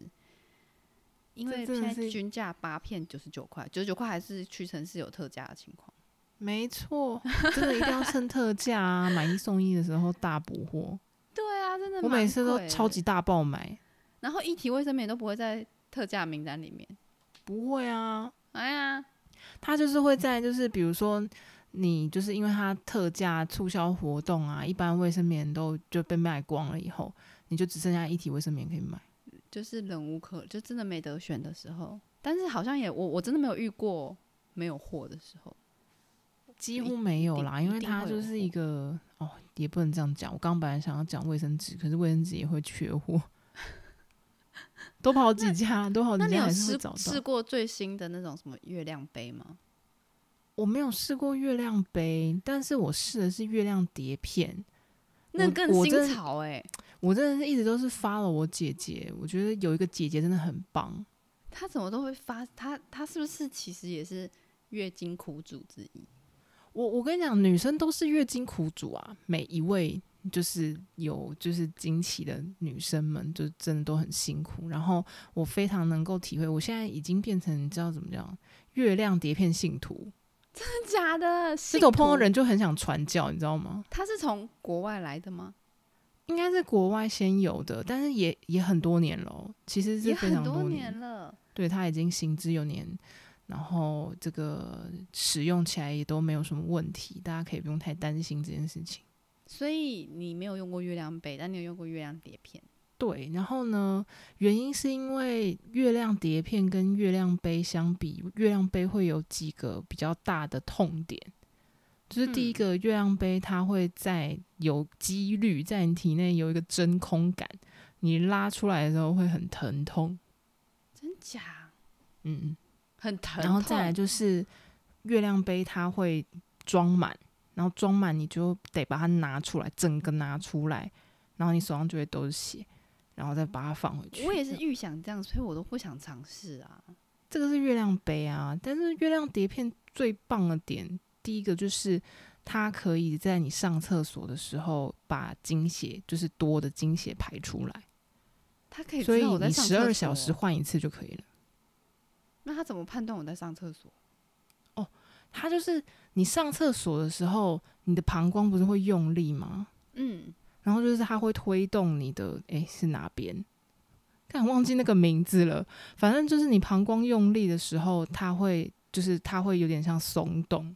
因这为真现的在是均价八片九十九块，九十九块还是屈臣氏有特价的情况。没错，真的一定要趁特价啊，买一送一的时候大补货， 对啊，真的我每蛮次都贵超的级，大爆买，然后一体卫生棉都不会在特价名单里面。不会啊，哎呀，它就是会在就是比如说你就是因为它特价促销活动啊，一般卫生棉都就被卖光了以后，你就只剩下一体卫生棉可以买。就是忍无可，就真的没得选的时候。但是好像也我我真的没有遇过没有货的时候。几乎没有啦，一定因为它就是一个哦，也不能这样讲。我刚本来想要讲卫生纸，可是卫生纸也会缺货， 多跑几家，多跑那几你家有哦还是试会找试到。过最新的那种什么月亮杯吗？我没有试过月亮杯，但是我试的是月亮碟片。那我更我新真潮哎、我真的是一直都是发了我姐姐，我觉得有一个姐姐真的很棒，他怎么都会发？他他是不是其实也是月经苦主之一？我我跟你讲，女生都是月经苦主啊，每一位就是有就是经期的女生们，就真的都很辛苦。然后我非常能够体会，我现在已经变成你知道怎么讲，月亮碟片信徒，真的假的？这信种碰到徒，人就很想传教，你知道吗？他是从国外来的吗？应该是国外先有的，但是也也很多年了哦，其实是也非很常多年年了。对他已经行之有年，然后这个使用起来也都没有什么问题，大家可以不用太担心这件事情。所以你没有用过月亮杯，但你有用过月亮碟片。对，然后呢，原因是因为月亮碟片跟月亮杯相比，月亮杯会有几个比较大的痛点，就是第嗯一个，月亮杯它会在有几率在你体内有一个真空感，你拉出来的时候会很疼痛，真假？嗯，很疼痛。然后再来就是月亮杯它会装满，然后装满你就得把它拿出来，整个拿出来，然后你手上就会都是血，然后再把它放回去。我也是预想这样，所以我都不想尝试啊。这个是月亮杯啊，但是月亮碟片最棒的点，第一个就是它可以在你上厕所的时候把经血，就是多的经血排出来，他可以所知以道我在你上十厕所。二小时，换一次就可以了。那他怎么判断我在上厕所？它就是你上厕所的时候，你的膀胱不是会用力吗？嗯，然后就是它会推动你的，诶，是哪边？但忘记那个名字了，反正就是你膀胱用力的时候，它会就是它会有点像松动，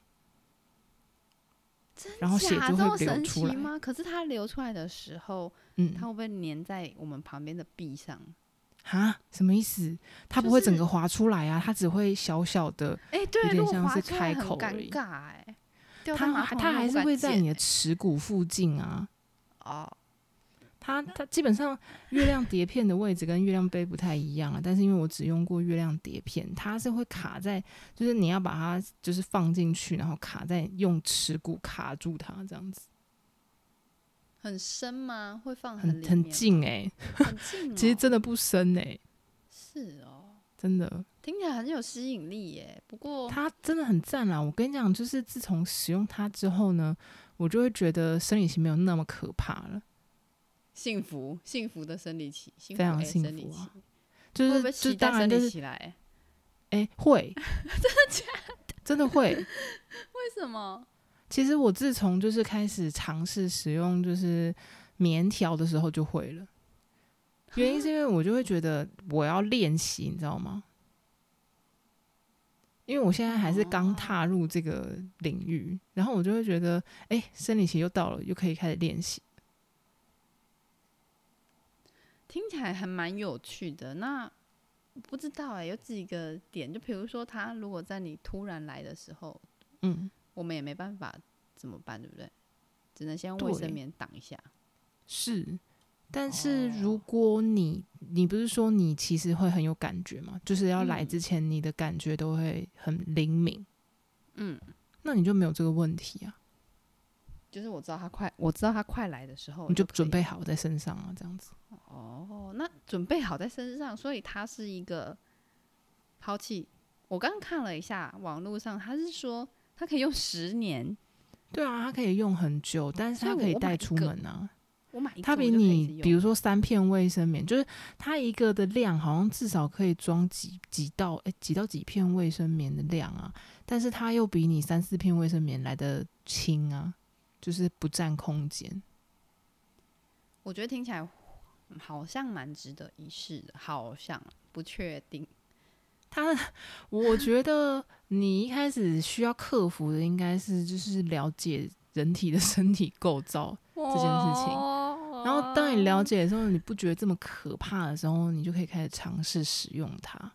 然后血假就这么会流神出奇来。吗？可是它流出来的时候，嗯，它会不会粘在我们旁边的壁上？啊，什么意思？它就不会是整个滑出来啊，它只会小小的，哎、对，点如果像滑是出来开很口而已尴尬哎、掉到它马还桶它我还不是敢会在捡你的欸耻骨附近啊。哦，它它基本上月亮碟片的位置跟月亮杯不太一样啊，但是因为我只用过月亮碟片，它是会卡在，就是你要把它就是放进去，然后卡在用耻骨卡住它这样子，很深吗？会放很里很面近诶、吗，很近、哦。 其实真的不深诶、是哦，真的，听起来很有吸引力耶、不过它真的很赞啦！我跟你讲，就是自从使用它之后呢，我就会觉得生理期没有那么可怕了。幸福幸福的生理期，幸非福常哎幸生理福期啊就会是不会就期是待当生然就理是期来？哎、 会真的假的？真的会。为什么？其实我自从就是开始尝试使用就是棉条的时候就会了，原因是因为我就会觉得我要练习，你知道吗？因为我现在还是哦刚踏入这个领域，然后我就会觉得，哎、生理期又到了，又可以开始练习。听起来还蛮有趣的。那不知道哎、有几个点，就比如说，他如果在你突然来的时候，嗯，我们也没办法怎么办，对不对？只能先用卫对生棉挡一下。是。哦但是如果你，你不是说你其实会很有感觉吗？就是要来嗯之前，你的感觉都会很灵敏，嗯，那你就没有这个问题啊，就是我知道他快，我知道他快来的时候，你就就可以准备好在身上啊，这样子。哦，那准备好在身上，所以它是一个抛弃。我刚刚看了一下网络上，他是说它可以用十年，对啊，它可以用很久，但是哦所以它可以我买带一出个门啊。我买一它个我比就可以你一直，比用如说三片卫生棉，就是它一个的量好像至少可以装几几到诶、几到几片卫生棉的量啊，但是它又比你三四片卫生棉来的轻啊，就是不占空间。我觉得听起来嗯好像蛮值得一试的，好像不确定。它，我觉得你一开始需要克服的应该是就是了解人体的身体构造，这件事情然后当你了解的时候，你不觉得这么可怕的时候，你就可以开始尝试使用它。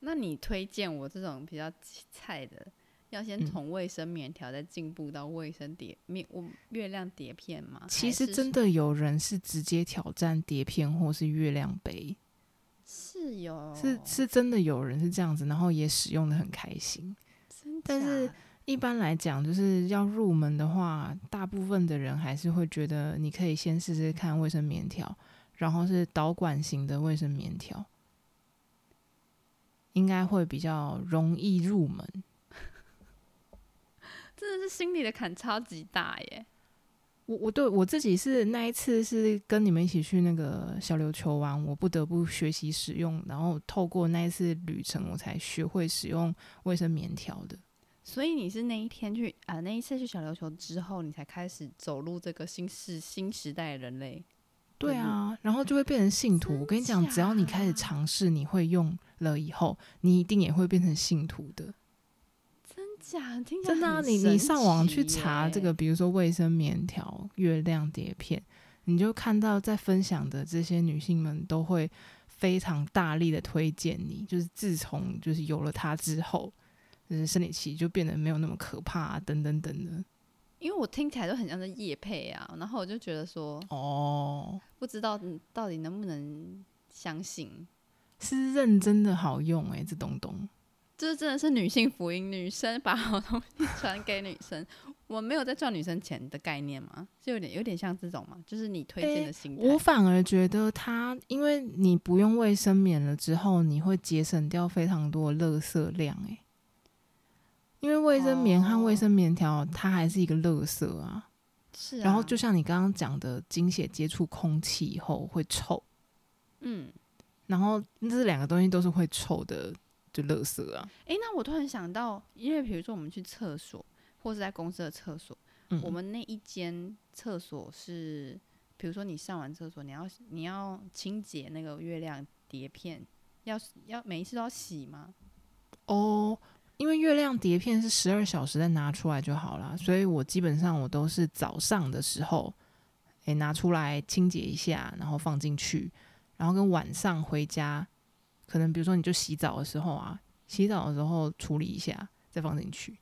那你推荐我这种比较菜的，要先嗯从卫生棉条再进步到卫生碟面，我月亮碟片吗？其还实是真的有人是直接挑战碟片或是月亮杯，是有，是是真的有人是这样子，然后也使用的很开心。真但是假一般来讲，就是要入门的话，大部分的人还是会觉得你可以先试试看卫生棉条，然后是导管型的卫生棉条，应该会比较容易入门。真的是心里的坎超级大耶。我我对我自己是那一次是跟你们一起去那个小琉球玩，我不得不学习使用，然后透过那一次旅程，我才学会使用卫生棉条的。所以你是那一天去啊、那一次去小琉球之后，你才开始走入这个新世新时代的人类。对啊，然后就会变成信徒。真我跟你讲，假只要你开始尝试，你会用了以后，你一定也会变成信徒的。真假？听起来真的、啊，很你你神上网奇去查这耶个，比如说卫生棉条、月亮碟片，你就看到在分享的这些女性们都会非常大力的推荐你，就是自从就是有了它之后，就是生理期就变得没有那么可怕、啊、等等等的。因为我听起来就很像是叶配啊，然后我就觉得说，哦，不知道嗯到底能不能相信，是认真的好用诶、这东东。这真的是女性福音，女生把好东西 传给女生，我没有在赚女生钱的概念嘛，就有点有点像这种嘛，就是你推荐诶的心态。我反而觉得它，因为你不用卫生棉了之后，你会节省掉非常多的垃圾量、欸，因为卫生棉和哦卫生棉条，它还是一个垃圾啊。是、啊，然后就像你刚刚讲的，经血接触空气以后会臭，嗯，然后这两个东西都是会臭的，就垃圾啊。诶，那我突然想到，因为比如说我们去厕所，或是在公司的厕所，嗯，我们那一间厕所是，比如说你上完厕所，你要你要清洁那个月亮碟片，要要每一次都要洗吗？哦，因为月亮碟片是十二小时再拿出来就好啦，所以我基本上我都是早上的时候，诶、拿出来清洁一下，然后放进去，然后跟晚上回家，可能比如说你就洗澡的时候啊，洗澡的时候处理一下，再放进去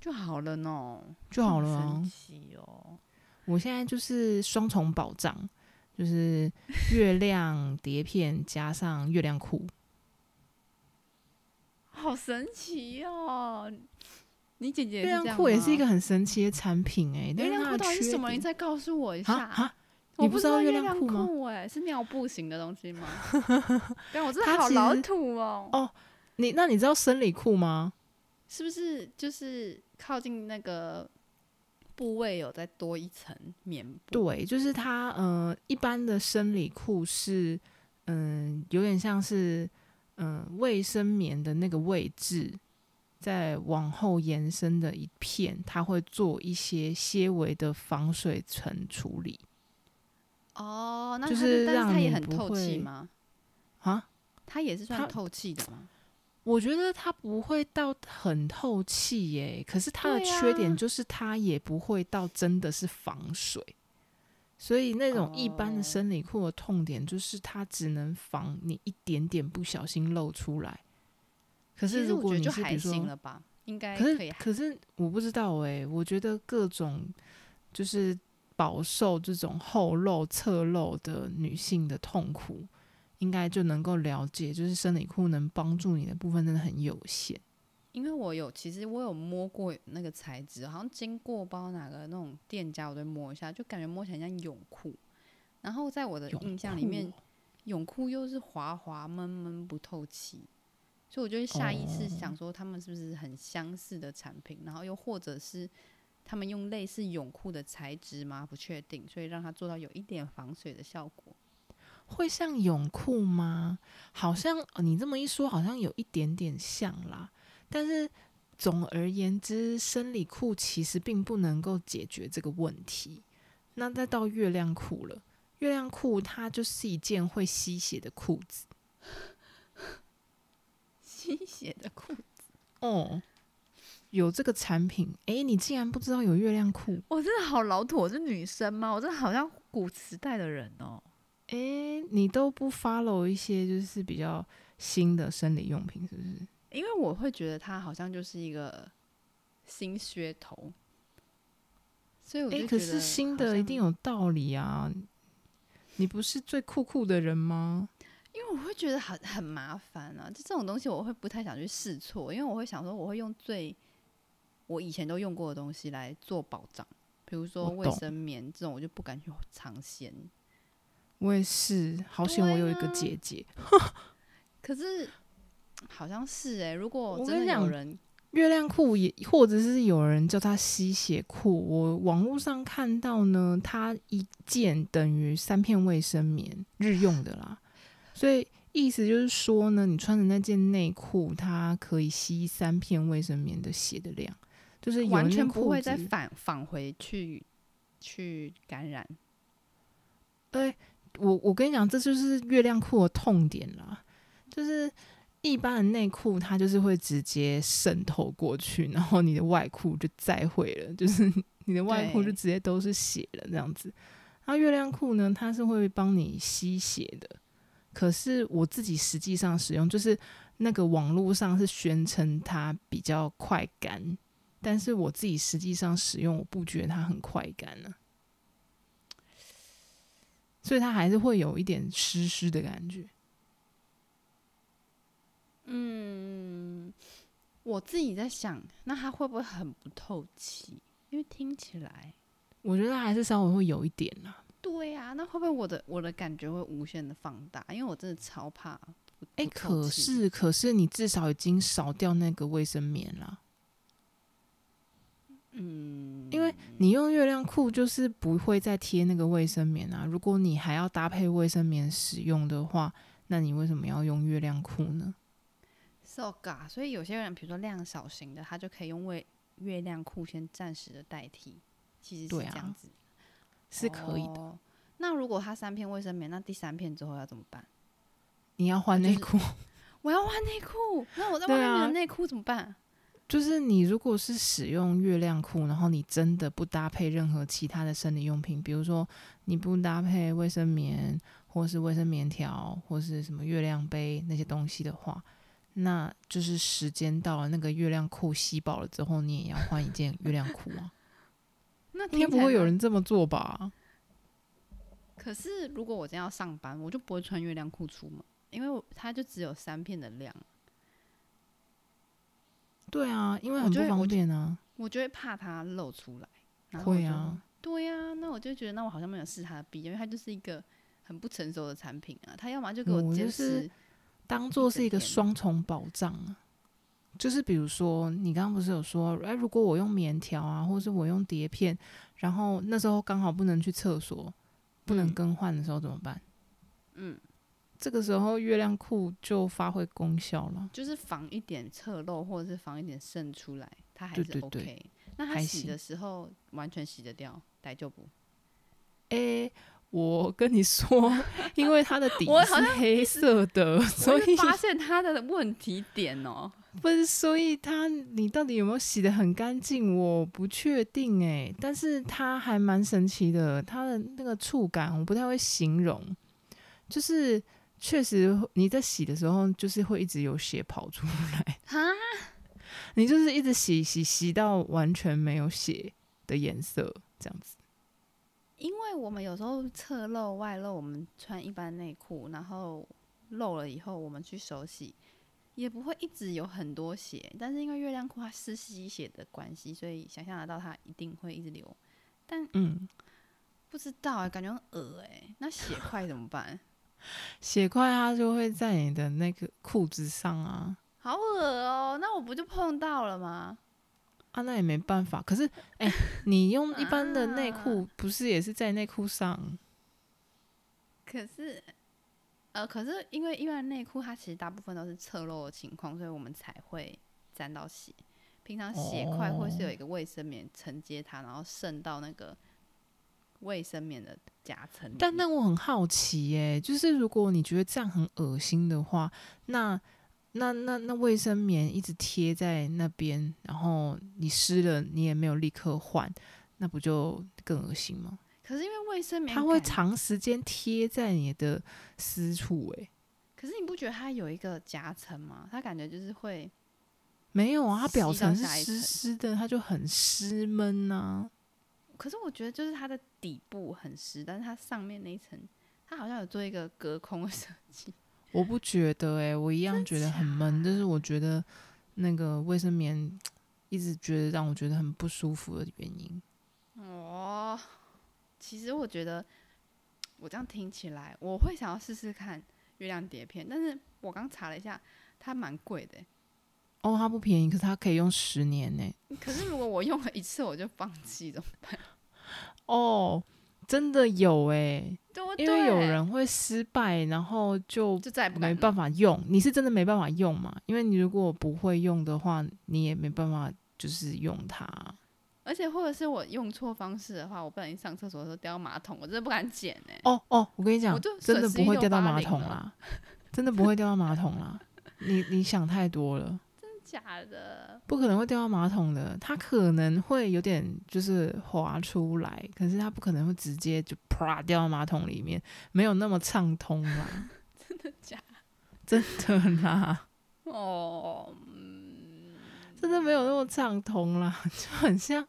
就好了呢，就好了神啊。奇哦，我现在就是双重保障，就是月亮碟片加上月亮裤。好神奇哦！你姐姐月这亮样裤也是一吗个很神奇的产品诶、但月是亮它裤的到底是缺什么？你点再告诉我一啊下。啊我你不不知道月月亮裤吗裤哎，是尿布型的东西 吗？但我真的它好其老实土哦。哦你那你知道生理裤吗？是不是就是靠近那个部位有再多一层棉布？对，就是它，呃，一般的生理裤是，嗯、有点像是，嗯、卫生棉的那个位置，再往后延伸的一片，它会做一些些微的防水层处理哦，那就它是但让是它也你很不透气会吗？啊。它也是它算透气的吗？我觉得它不会到很透气耶、可是它的对缺啊点就是它也不会到真的是防水，所以那种一般的哦生理裤的痛点就是它只能防你一点点不小心露出来。可可是如我觉果得你就是比还如行说，了吧，应该可以欸是可是我不知道诶、我觉得各种就是饱受这种后漏、侧漏的女性的痛苦，应该就能够了解，就是生理裤能帮助你的部分真的很有限。因为我有，其实我有摸过那个材质，好像经过包哪个那种店家，我都摸一下，就感觉摸起来像泳裤。然后在我的印象里面泳，泳裤裤又是滑滑闷闷不透气，所以我就会下意识想说，他们是不是很相似的产品？然后又或者是他们用类似泳裤的材质吗？不确定，所以让它做到有一点防水的效果。会像泳裤吗？好像呃你这么一说，好像有一点点像啦。但是总而言之，生理裤其实并不能够解决这个问题。那再到月亮裤了，月亮裤它就是一件会吸血的裤子吸血的 裤，哦。有这个产品，诶，你竟然不知道有月亮裤？我真的好老土，我是女生吗？我真的好像古时代的人哦、诶，你都不 follow 一些就是比较新的生理用品，是不是？因为我会觉得它好像就是一个新噱头，所以我就哎、觉得可是新好的像一定，有道理啊！你不是最酷酷的人吗？因为我会觉得很很麻烦啊，就这种东西我会不太想去试错，因为我会想说我会用最我以前都用过的东西来做保障，比如说我卫懂生棉这种，我就不敢去尝鲜。我也是，好险我有一个对啊姐姐。可是好像是哎、如果我跟真你的有讲人月亮裤也，或者是有人叫它吸血裤。我网络上看到呢，它一件等于三片卫生棉，日用的啦。所以意思就是说呢，你穿的那件内裤，它可以吸三片卫生棉的血的量，就是有完那全不裤会再子返返回去去感染，对，我我跟你讲，这就是月亮裤的痛点啦，就是一般的内裤它就是会直接渗透过去，然后你的外裤就再会了，就是你的外裤就对直接都是血了这样子。然后月亮裤呢，它是会帮你吸血的，可是我自己实际上使用，就是那个网络上是宣称它比较快干，但是我自己实际上使用，我不觉得它很快干呢、所以它还是会有一点湿湿的感觉。嗯，我自己在想，那它会不会很不透气？因为听起来，我觉得还是稍微会有一点啦。对呀、那会不会我的我的感觉会无限的放大？因为我真的超怕不。哎、不透可气是可是你至少已经少掉那个卫生棉啦。嗯，因为你用月亮裤就是不会再贴那个卫生棉啊。如果你还要搭配卫生棉使用的话，那你为什么要用月亮裤呢？ so ga，所以有些人，比如说量少型的，他就可以用为月亮裤先暂时的代替，其实是对这啊样子、是可以的。哦那如果他三片卫生棉，那第三片之后要怎么办？你要换就内是裤，我要换内裤，那我在对外面啊的内裤怎么办？就是你如果是使用月亮裤，然后你真的不搭配任何其他的生理用品，比如说你不搭配卫生棉，或是卫生棉条，或是什么月亮杯那些东西的话，那就是时间到了，那个月亮裤吸饱了之后，你也要换一件月亮裤啊。那应该 听起不来会有蛮人这么做吧？可是如果我真要上班，我就不会穿月亮裤出门，因为我它就只有三片的量，对啊，因为我很觉不得方我觉便啊。我就会怕它露出来。然后我会就啊，，对呀、那我就觉得那我好像没有试它的必要，因为它就是一个很不成熟的产品啊。它要么就给嗯我我就坚是持，当做是一个整天双重保障啊。就是比如说，你刚刚不是有说，哎，如果我用棉条啊，或是我用碟片，然后那时候刚好不能去厕所，不能嗯更换的时候怎么办？嗯，这个时候月亮裤就发挥功效了。就是防一点侧漏或者是防一点渗出来，它还是对 OK。对对那它还洗行的时候完全洗得掉，逮就不。哎，我跟你说， 因为它的底我好是黑色的，所我就以发现它的问题点哦、 不是，所以它你到底有没有洗的很干净？我不确定哎、但是它还蛮神奇的，它的那个触感我不太会形容，就是确实你在洗的时候，就是会一直有血跑出来，哈，你就是一直洗洗洗到完全没有血的颜色这样子。因为我们有时候侧漏、外露，我们穿一般内裤，然后漏了以后，我们去手洗，也不会一直有很多血。但是因为月亮裤它是吸血的关系，所以想象得到它一定会一直流。但嗯，不知道、欸，感觉很恶哎、那血块怎么办？ 血块它就会在你的那个裤子上啊，好恶哦、那我不就碰到了吗？啊，那也没办法。可是， 哎、你用一般的内啊裤，不是也是在内裤嗯上？可是，呃，可是因为因为内裤它其实大部分都是侧漏的情况，所以我们才会沾到血。平常血块会哦是有一个卫生棉承接它，然后渗到那个卫生棉的夹层里面。但那我很好奇、耶，就是如果你觉得这样很恶心的话，那那那那卫生棉一直贴在那边，然后你湿了，你也没有立刻换，那不就更恶心吗？可是因为卫生棉它会感长时间贴在你的私处、哎，可是你不觉得它有一个夹层吗？它感觉就是会，没有啊，它表层吸是到下一层湿湿的，它就很湿闷啊呐、可是我觉得就是它的底部很湿，但是它上面那一层，它好像有做一个隔空的 设计。我不觉得、欸，我一样觉得很闷，假就是我觉得那个卫生棉一直觉得让我觉得很不舒服的原因。哦，其实我觉得我这样听起来，我会想要试试看月亮碟片，但是我刚查了一下，它蛮贵的欸。哦，它不便宜，可是它可以用十年欸呢、可是如果我用了一次我就放弃怎么办？哦，真的有哎、 对不对，因为有人会失败，然后就就再也不敢没弄办法用。你是真的没办法用嘛？因为你如果不会用的话，你也没办法就是用它。而且或者是我用错方式的话，我不小心上厕所的时候掉到马桶，我真的不敢捡哎、哦哦，我跟你我讲就，真的损失不会1680掉到马桶了啦，真的不会掉到马桶啦。你你想太多了。真的假的？不可能会掉到马桶的，它可能会有点就是滑出来，可是它不可能会直接就啪掉到马桶里面，没有那么畅通啦，真的假的？真的啦，哦，嗯真的没有那么畅通啦，就很像，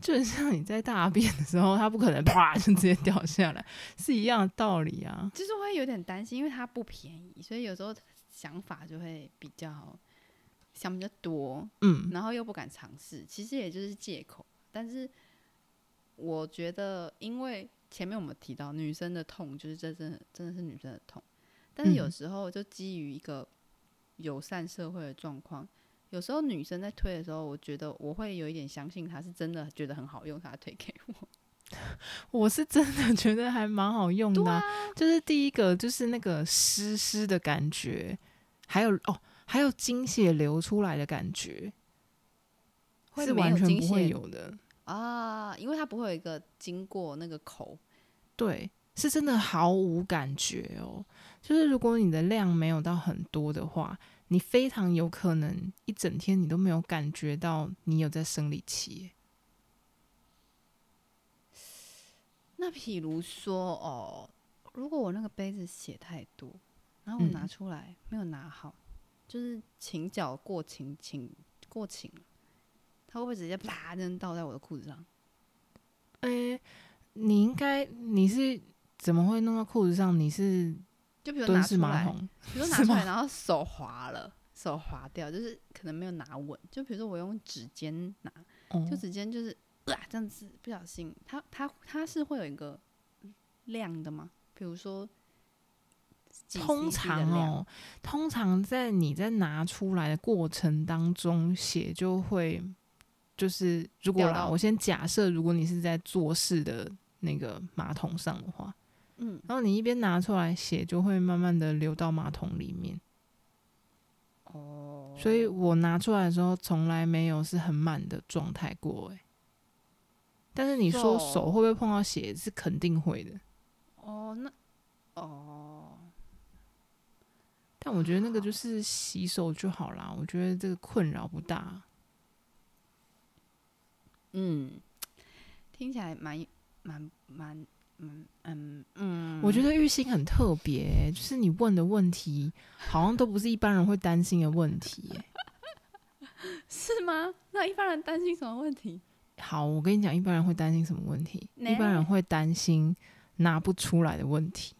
就很像你在大便的时候，它不可能啪就直接掉下来，是一样的道理啊。就是会有点担心，因为它不便宜，所以有时候想法就会比较想比较多，嗯，然后又不敢尝试，其实也就是借口。但是我觉得，因为前面我们提到女生的痛，就是这真的真的是女生的痛，但是有嗯时候就基于一个友善社会的状况，有时候女生在推的时候，我觉得我会有一点相信她是真的觉得很好用，她推给我。我是真的 觉得还蛮好用的对啊、啊，就是第一个就是那个湿湿的感觉，还有哦，还有经血流出来的感觉，会是没完有全经不会血有的。啊，因为它不会有一个经过那个口，对，是真的毫无感觉哦。就是如果你的量没有到很多的话，你非常有可能一整天你都没有感觉到你有在生理期耶。那比如说哦，如果我那个杯子血太多，然后我拿嗯出来、没有拿好，就是倾角过倾倾过倾了，它会不会直接啪扔倒在我的裤子上？诶、你应该你是怎么会弄到裤子上？你是就比如拿蹲式出马来，桶？比如说拿是出吗来，然后手滑了，手滑掉，就是可能没有拿稳。就比如说我用指尖拿，哦就指尖就是啊这样子不小心，它它它是会有一个量的吗？比如说几 cc 的量。通常哦，通常在你在拿出来的过程当中，血就会就是如果掉啦，到我先假设，如果你是在坐式的那个马桶上的话，嗯，然后你一边拿出来，血就会慢慢的流到马桶里面。哦，所以我拿出来的时候，从来没有是很满的状态过、欸，但是你说手手会不会碰到血，是肯定会的。哦，那哦，但我觉得那个就是洗手就好啦，我觉得这个困扰不大。嗯，听起来蛮蛮蛮蛮 嗯嗯，我觉得玉兴很特别欸、就是你问的问题好像都不是一般人会担心的问题欸、是吗？那一般人担心什么问题？好，我跟你讲，一般人会担心什么问题？哪一般人会担心拿不出来的问题。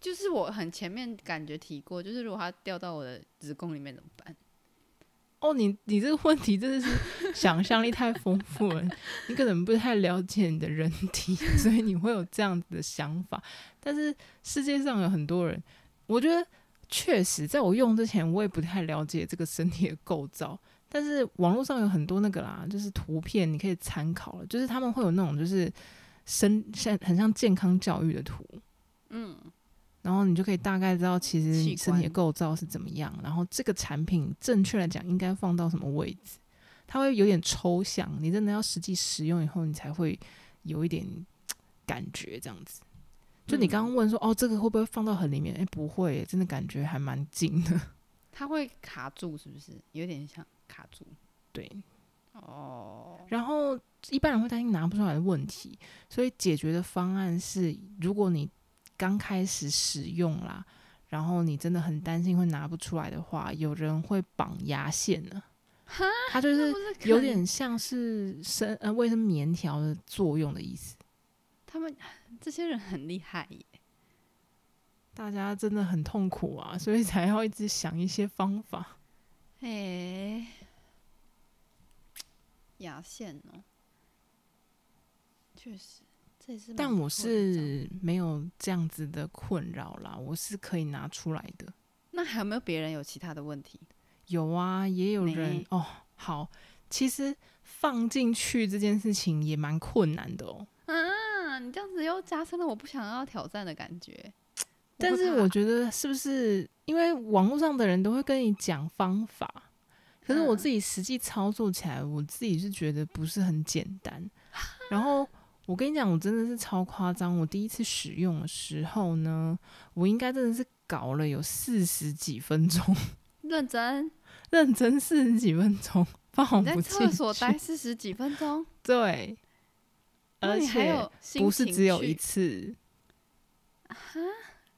就是我很前面感觉提过，就是如果它掉到我的子宫里面怎么办？哦，你你这个问题真的是想象力太丰富了， 你可能不太了解你的人体，所以你会有这样子的想法。但是世界上有很多人，我觉得确实，在我用之前，我也不太了解这个身体的构造。但是网络上有很多那个啦，就是图片你可以参考了，就是他们会有那种就是身像很像健康教育的图，嗯，然后你就可以大概知道其实器你身体的官构造是怎么样，然后这个产品正确来讲应该放到什么位置，它会有点抽象，你真的要实际使用以后，你才会有一点嘖感觉这样子。就你嗯刚刚问说、哦，这个会不会放到很里面？哎，不会耶，真的感觉还蛮近 的。它会卡住，是不是？有点像卡住。对，哦，然后一般人会担心拿不出来的问题，所以解决的方案是，如果你刚开始使用啦，然后你真的很担心会拿不出来的话，有人会绑牙线呢、它就那是不是有可点像是生呃卫生棉条的作用的意思。他们这些人很厉害耶。大家真的很痛苦啊， 所以才要一直想一些方法。哎、牙线哦，确实，这也是蛮但不我错的一招是没有这样子的困扰啦，我是可以拿出来的。那还有没有别人有其他的问题？有啊，也有人没哦。好，其实放进去这件事情也蛮困难的哦。啊，你这样子又加深了我不想要挑战的感觉。但会是怕我觉得是不是因为网络上的人都会跟你讲方法，可是嗯我自己实际操作起来，我自己是觉得不是很简单。啊然后我跟你讲，我真的是超夸张。我第一次使用的时候呢，我应该真的是搞了有四十几分钟， 认真，认真四十几分钟，放你在哦不进厕所去待四十几分钟，对，那而你还且有心不是情只有去一次，就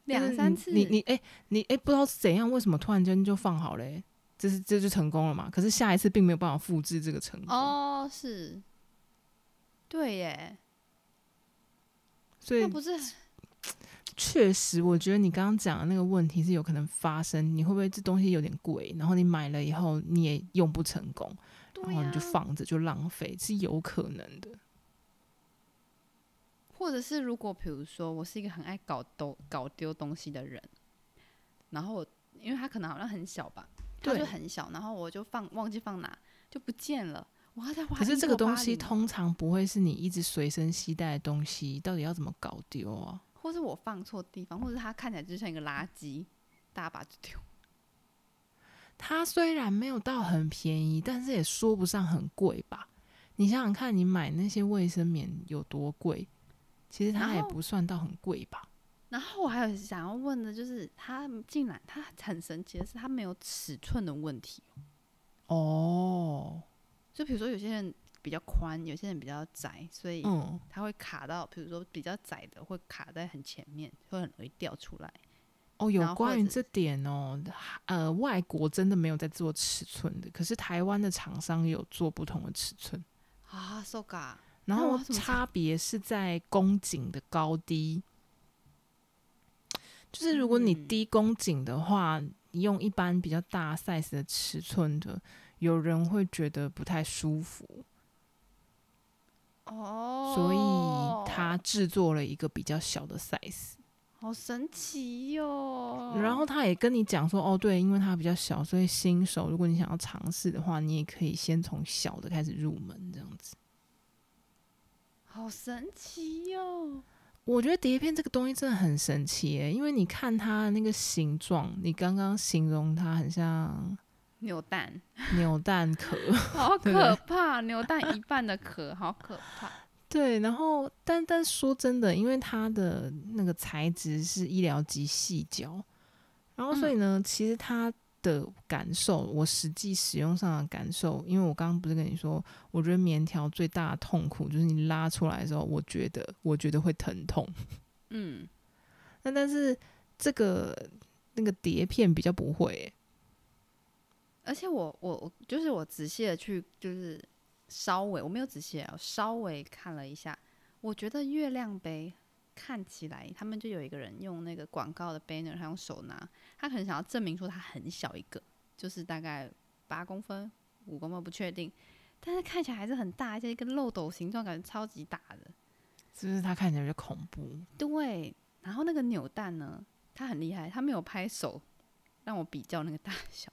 两是三你次，你你哎、你哎、不知道怎样，为什么突然间就放好嘞、欸这是这就成功了嘛？可是下一次并没有办法复制这个成功，哦是，对耶，所以那不是确实，我觉得你刚刚讲的那个问题是有可能发生。你会不会这东西有点贵，然后你买了以后你也用不成功，对啊然后呀、你就放着就浪费，是有可能的。或者是如果比如说我是一个很爱搞丢搞丢东西的人，然后我因为它可能好像很小吧，它对就很小，然后我就放忘记放哪就不见了，我要再花。可是这个东西，通常不会是你一直随身携带的东西，到底要怎么搞丢啊？或是我放错地方，或者它看起来就像一个垃圾，大家把它丢。它虽然没有到很便宜，但是也说不上很贵吧。你想想看，你买那些卫生棉有多贵？其实它然也后不算到很贵吧。然后我还有想要问的就是，它竟然它很神奇的是，它没有尺寸的问题。哦，就比如说有些人比较宽，有些人比较窄，所以嗯，它会卡到，比如说比较窄的会卡在很前面，会很容易掉出来。哦，然有后关或于者这点哦，呃，外国真的没有在做尺寸的，可是台湾的厂商有做不同的尺寸，啊，so ga，然那我后要怎么查差别是在公颈的高低。就是如果你嗯低公颈的话，你用一般比较大 size 的尺寸的，有人会觉得不太舒服，哦，所以他制作了一个比较小的 size。好神奇哟、然后他也跟你讲说，哦，对，因为它比较小，所以新手如果你想要尝试的话，你也可以先从小的开始入门，这样子。好神奇哦哟、我觉得碟片这个东西真的很神奇耶，因为你看它的那个形状，你刚刚形容它很像 扭蛋，扭蛋壳， 好对不对可怕！扭蛋一半的壳，好可怕。对。然后，但但说真的，因为它的那个材质是医疗级细胶，然后所以呢，其实它的感受，我实际使用上的感受，因为我刚刚不是跟你说，我觉得棉条最大的痛苦就是你拉出来的时候，我觉得我觉得会疼痛。嗯， 那但是这个那个碟片比较不会欸、而且我我我就是我仔细的去就是稍微我没有仔细啊，稍微看了一下，我觉得月亮杯看起来他们就有一个人用那个广告的 banner，他用手拿，他可能想要证明说他很小一个，就是大概八公分、五公分不确定，但是看起来还是很大，而且一个漏斗形状，感觉超级大的。是不是它看起来就恐怖？对，然后那个扭蛋呢，它很厉害，它没有拍手让我比较那个大 小，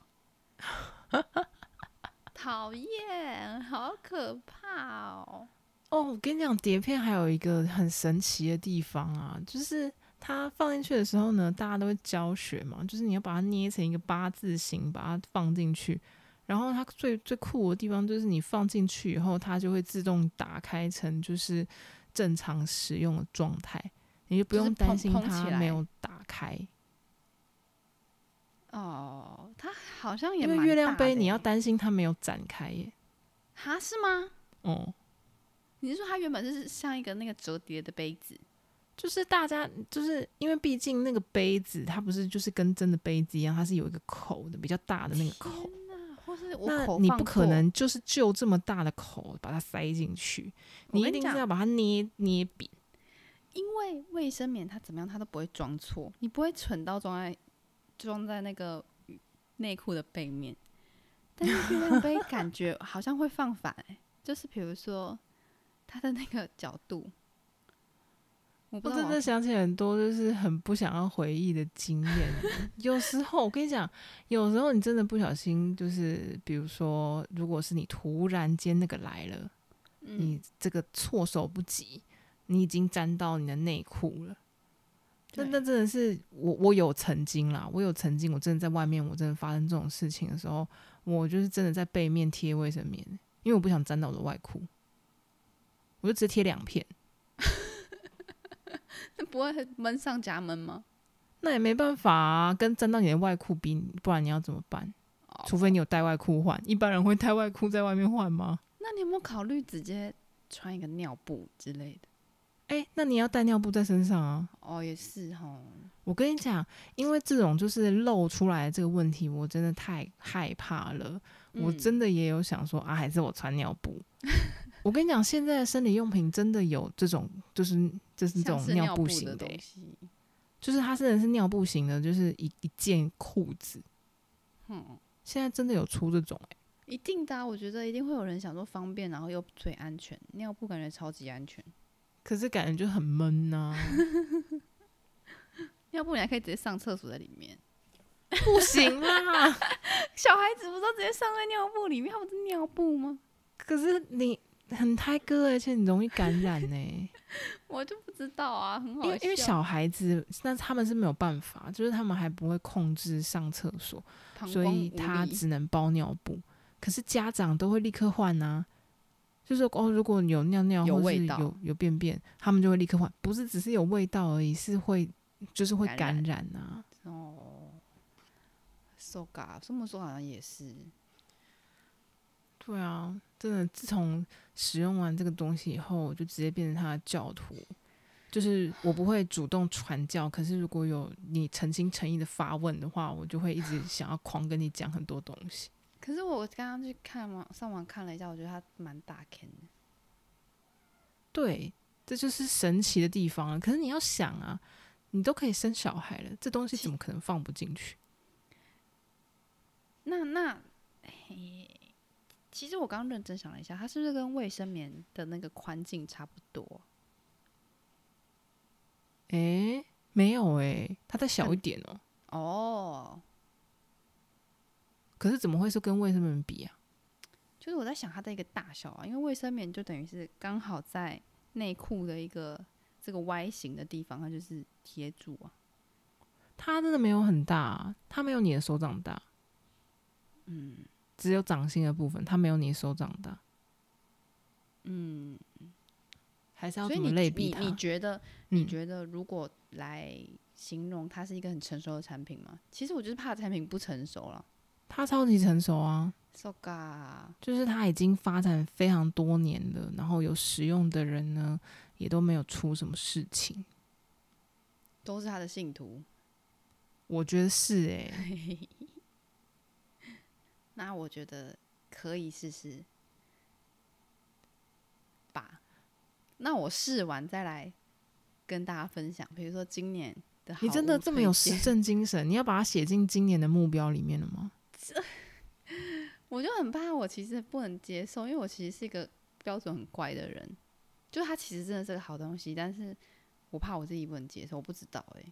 讨厌，好可怕哦！哦，我跟你讲，碟片还有一个很神奇的地方啊，就是它放进去的时候呢，大家都会教学嘛，就是你要把它捏成一个八字形，把它放进去。然后它最最酷的地方就是你放进去以后，它就会自动打开成就是正常使用的状态，你就不就是用担砰心砰起它来没有打开。哦，它好像也因蛮欸为月亮杯你要带担心它没有展开耶。哈是吗？哦、你是说它原本是像一个那个折叠的杯子？就是大家就是因为毕竟那个杯子它不是就是跟真的杯子一样，它是有一个口的，比较大的那个口。那或是我那口你放不错可能就是就这么大的口把它塞进去，我你一跟你定是讲要把它捏捏扁。因为卫生棉它怎么样，它都不会装错，你不会蠢到装在装在那个内裤的背面。但是月亮 杯感觉好像会放反、欸，就是比如说它的那个角度，我不我知道哦真我的想起很多就是很不想要回忆的 经验。有时候我跟你讲，有时候你真的不小心，就是比如说，如果是你突然间那个来了，嗯你，这个措手不及，你已经沾到你的内裤了。那对那真的是我，我有曾经啦，我有曾经，我真的在外面，我真的发生这种事情的时候，我就是真的在背面贴卫生棉，因为我不想沾到我的外裤，我就直接贴两片。那 不会闷上夹闷吗？那也没办法啊，跟沾到你的外裤比，不然你要怎么办？哦除非你有带外裤换，一般人会带外裤在外面换吗？那你有没有考虑直接穿一个尿布之类的？哎、那你要带尿布在身上啊。哦，也是哈，我跟你讲，因为这种就是露出来的这个问题，我真的太害怕了。我嗯真的也有想说啊，还是我穿尿 布。我跟你讲，现在的生理用品真的有这种，就是就是这像种是尿尿布布型的的欸、东西，就是它真的是尿布型的，就是一一件裤子。嗯，现在真的有出这种、欸，一定的啊、我觉得一定会有人想说方便，然后又最安全，尿布感觉超级安全。可是感觉就很闷啊呐、尿布你还可以直接上厕所在里面，不行啦。啊小孩子不都直接上在尿布里面？他们是尿布吗？ 可是你很胎哥，而且你容易感染呢、我就不知道啊， 很好因为因为笑小孩子，那他们是没有办法，就是他们还不会控制上厕所，膀所胱以无他力只能包尿布。可是家长都会立刻换啊，就是哦，如果有尿尿有或是味道有有便便，他们就会立刻换，不是只是有味道而已，是会就是会感感染染啊。哦。so ga，这么说好像也是，对啊，真的，自从使用完这个东西以后，我就直接变成他的教徒。就是我不会主动传教，可是如果有你诚心诚意的发问的话，我就会一直想要狂跟你讲很多东西。可是我刚刚去看网上网看了一下，我觉得它蛮大坑的。对，这就是神奇的地方啊！可是你要想啊，你都可以生小孩了，这东西怎么可能放不进去？那那，嘿，其实我刚刚认真想了一下，它是不是跟卫生棉的那个宽径差不多？诶、没有诶、它再小一点哦、哦，可是怎么会是跟卫生棉比啊？就是我在想它的一个大小啊，因为卫生棉就等于是刚好在内裤的一个这个 Y 型的地方，它就是贴住啊。它真的没有很大啊、它没有你的手掌大。嗯只有掌心的部分，它没有你手掌大，嗯，还是要所怎以么你类比你它？你觉得嗯你觉得如果来形容它是一个很成熟的产品吗？其实我就是怕产品不成熟了。它超级成熟啊， So ga，就是它已经发展非常多年了，然后有使用的人呢，也都没有出什么事情。都是他的信徒。欸哎我觉得是诶、那我觉得可以试试吧。那我试完再来跟大家分享，比如说今年的好你真的物这么推有荐实证精神？你要把它写进今年的目标里面了吗？我就很怕，我其实不能接受，因为我其实是一个标准很怪的人，就它其实真的是个好东西，但是我怕我自己不能接受，我不知道哎、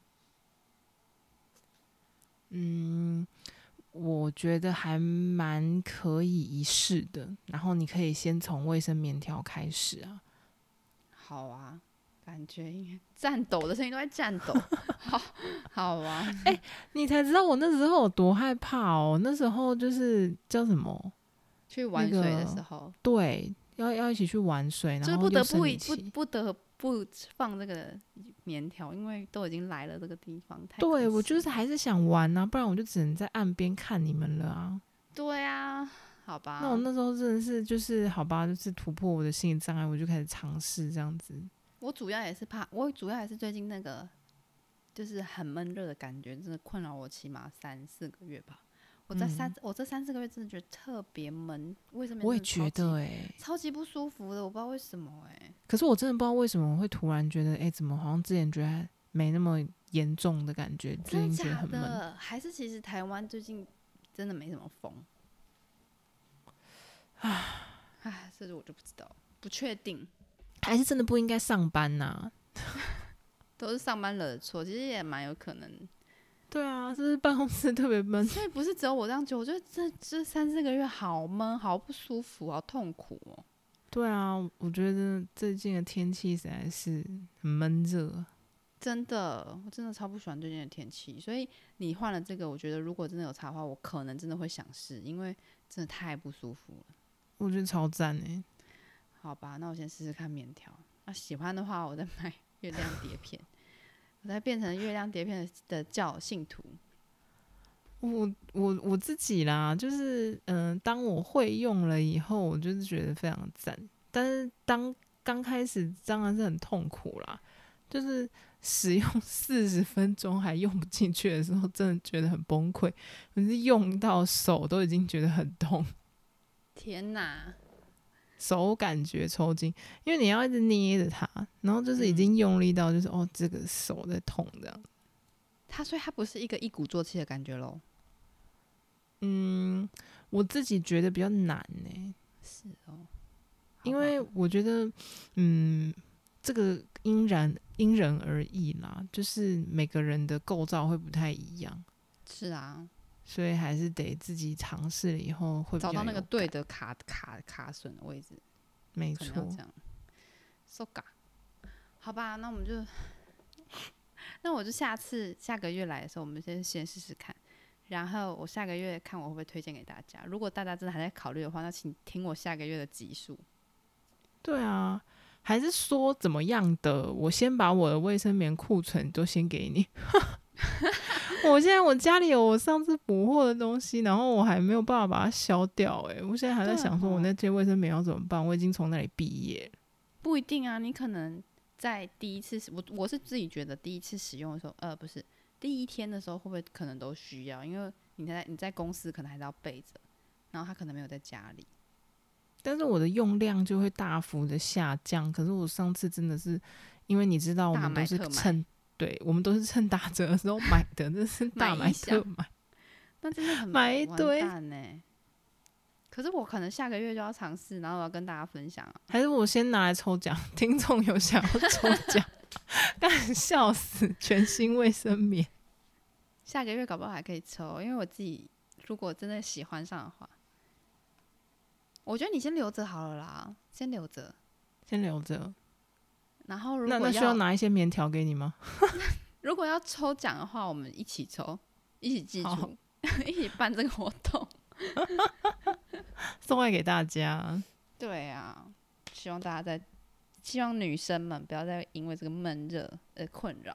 我觉得还蛮可以一试的。然后你可以先从卫生棉条开始啊。好啊，感觉应该颤抖的声音都在颤抖， 好好啊，你才知道我那时候有多害怕哦。那时候就是叫什么？去玩水的时候，对，要要一起去玩水，然就是后不得又生不理以不期不得不放这个棉条，因为都已经来了这个地方，太对可我惜就是还是想玩啊，不然我就只能在岸边看你们了啊。对啊，好吧，那我那时候真的是就是好吧，就是突破我的心理障碍，我就开始尝试这样子。我主要也是怕，我主要也是最近那个就是很闷热的感觉，真的困扰我起码三四个月吧。我嗯在三、我这三四个月真的觉得特别闷，为什么？我也觉超得级哎、超级不舒服的，我不知道为什么哎、可是我真的不知道为什么会突然觉得，哎、怎么好像之前觉得没那么严重哦的感觉，最真的近觉得假很闷。的？还是其实台湾最近真的没什么风？唉，唉，这个我就不知道，不确定，还是真的不应该上班呐、都是上班惹的错，其实也蛮有可能。对啊，就是办公室特别闷。所以不是只有我这样觉得，我觉得这这三四个月好闷，好不舒服，好痛苦哦。对啊，我觉得最近的天气实在是很闷热。真的，我真的超不喜欢最近的天气，所以你换了这个，我觉得如果真的有差的话，我可能真的会想试，因为真的太不舒服了。我觉得超赞哎、好吧，那我先试试看面条，那、喜欢的话，我再买月亮碟片，我再变成月亮碟片的教信徒。我我我自己啦，就是嗯、呃当我会用了以后，我就是觉得非常赞。但是当刚开始当然是很痛苦啦，就是使用四十分钟还用不进去的时候，真的觉得很崩溃。可是用到手都已经觉得很痛，天哪，手感觉抽筋，因为你要一直捏着它，然后就是已经用力到就是、哦，这个手在痛这样。它所以它不是一个一鼓作气的感觉喽。嗯，我自己觉得比较难欸呢、是哦，好因吧为我觉得，嗯，这个因然因人而异啦，就是每个人的构造会不太一样，是啊，所以还是得自己尝试了以后会比较找到那有个感对，的卡卡卡榫的位置。没可能要错这，样。So ga，好吧，那我们就， 那我就下次下个月来的时候，我们先先试试看。然后我下个月看我会不会推荐给大家。如果大家真的还在考虑的话，那请听我下个月的集数。对啊，还是说怎么样的？我先把我的卫生棉库存都先给你。 我现在我家里有我上次补货的东西，然后我还没有办法把它消掉、欸，我现在还在对想说，我哦那些卫生棉要怎么办？我已经从那里毕业了不一定啊，你可能在第一次使我我是自己觉得第一次使用的时候，呃，不是第一天的时候，会不会可能都需要？因为你在你在公司可能还是要备着，然后他可能没有在家里。但是我的用量就会大幅的下降。可是我上次真的是，因为你知道我大们买都是特买趁，对我们都是趁打折的时候买的，那是大买买一箱特买。那真的很买一完堆蛋呢。可是我可能下个月就要尝试，然后我要跟大家分享啊。还是我先拿来抽奖，听众有想要 抽奖，干笑死！全新卫生棉，下个月搞不好还可以抽，因为我自己如果真的喜欢上的话，我觉得你先留着好了啦，先留着。先留着。然后如那果那需要拿一些棉条给你吗？如果要抽奖的话，我们一起抽，一起记好住， 一起办这个活 动。送来给大家。对啊，希望大家在，希望女生们不要再因为这个闷热而困扰。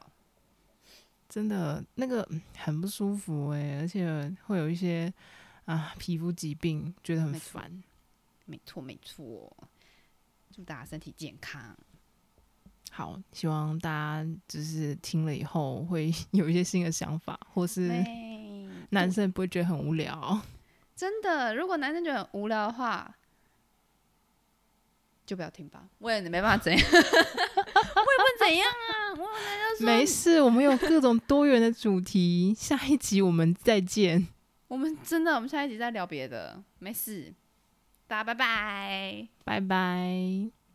真的那个嗯很不舒服诶、而且会有一些啊皮肤疾病，觉得很没错烦。没错，没错。祝大家身体健康。好，希望大家就是听了以后 嗯会有一些新的想法，或是对男生不会觉得很无聊。真的，如果男生觉得很无聊的话，就不要听吧。我也没办法怎 样，我也不能怎样啊。我没事，我们有各种多元的主题，下一集我们再见。我们真的，我们下一集再聊别的，没事。大家拜拜。拜拜。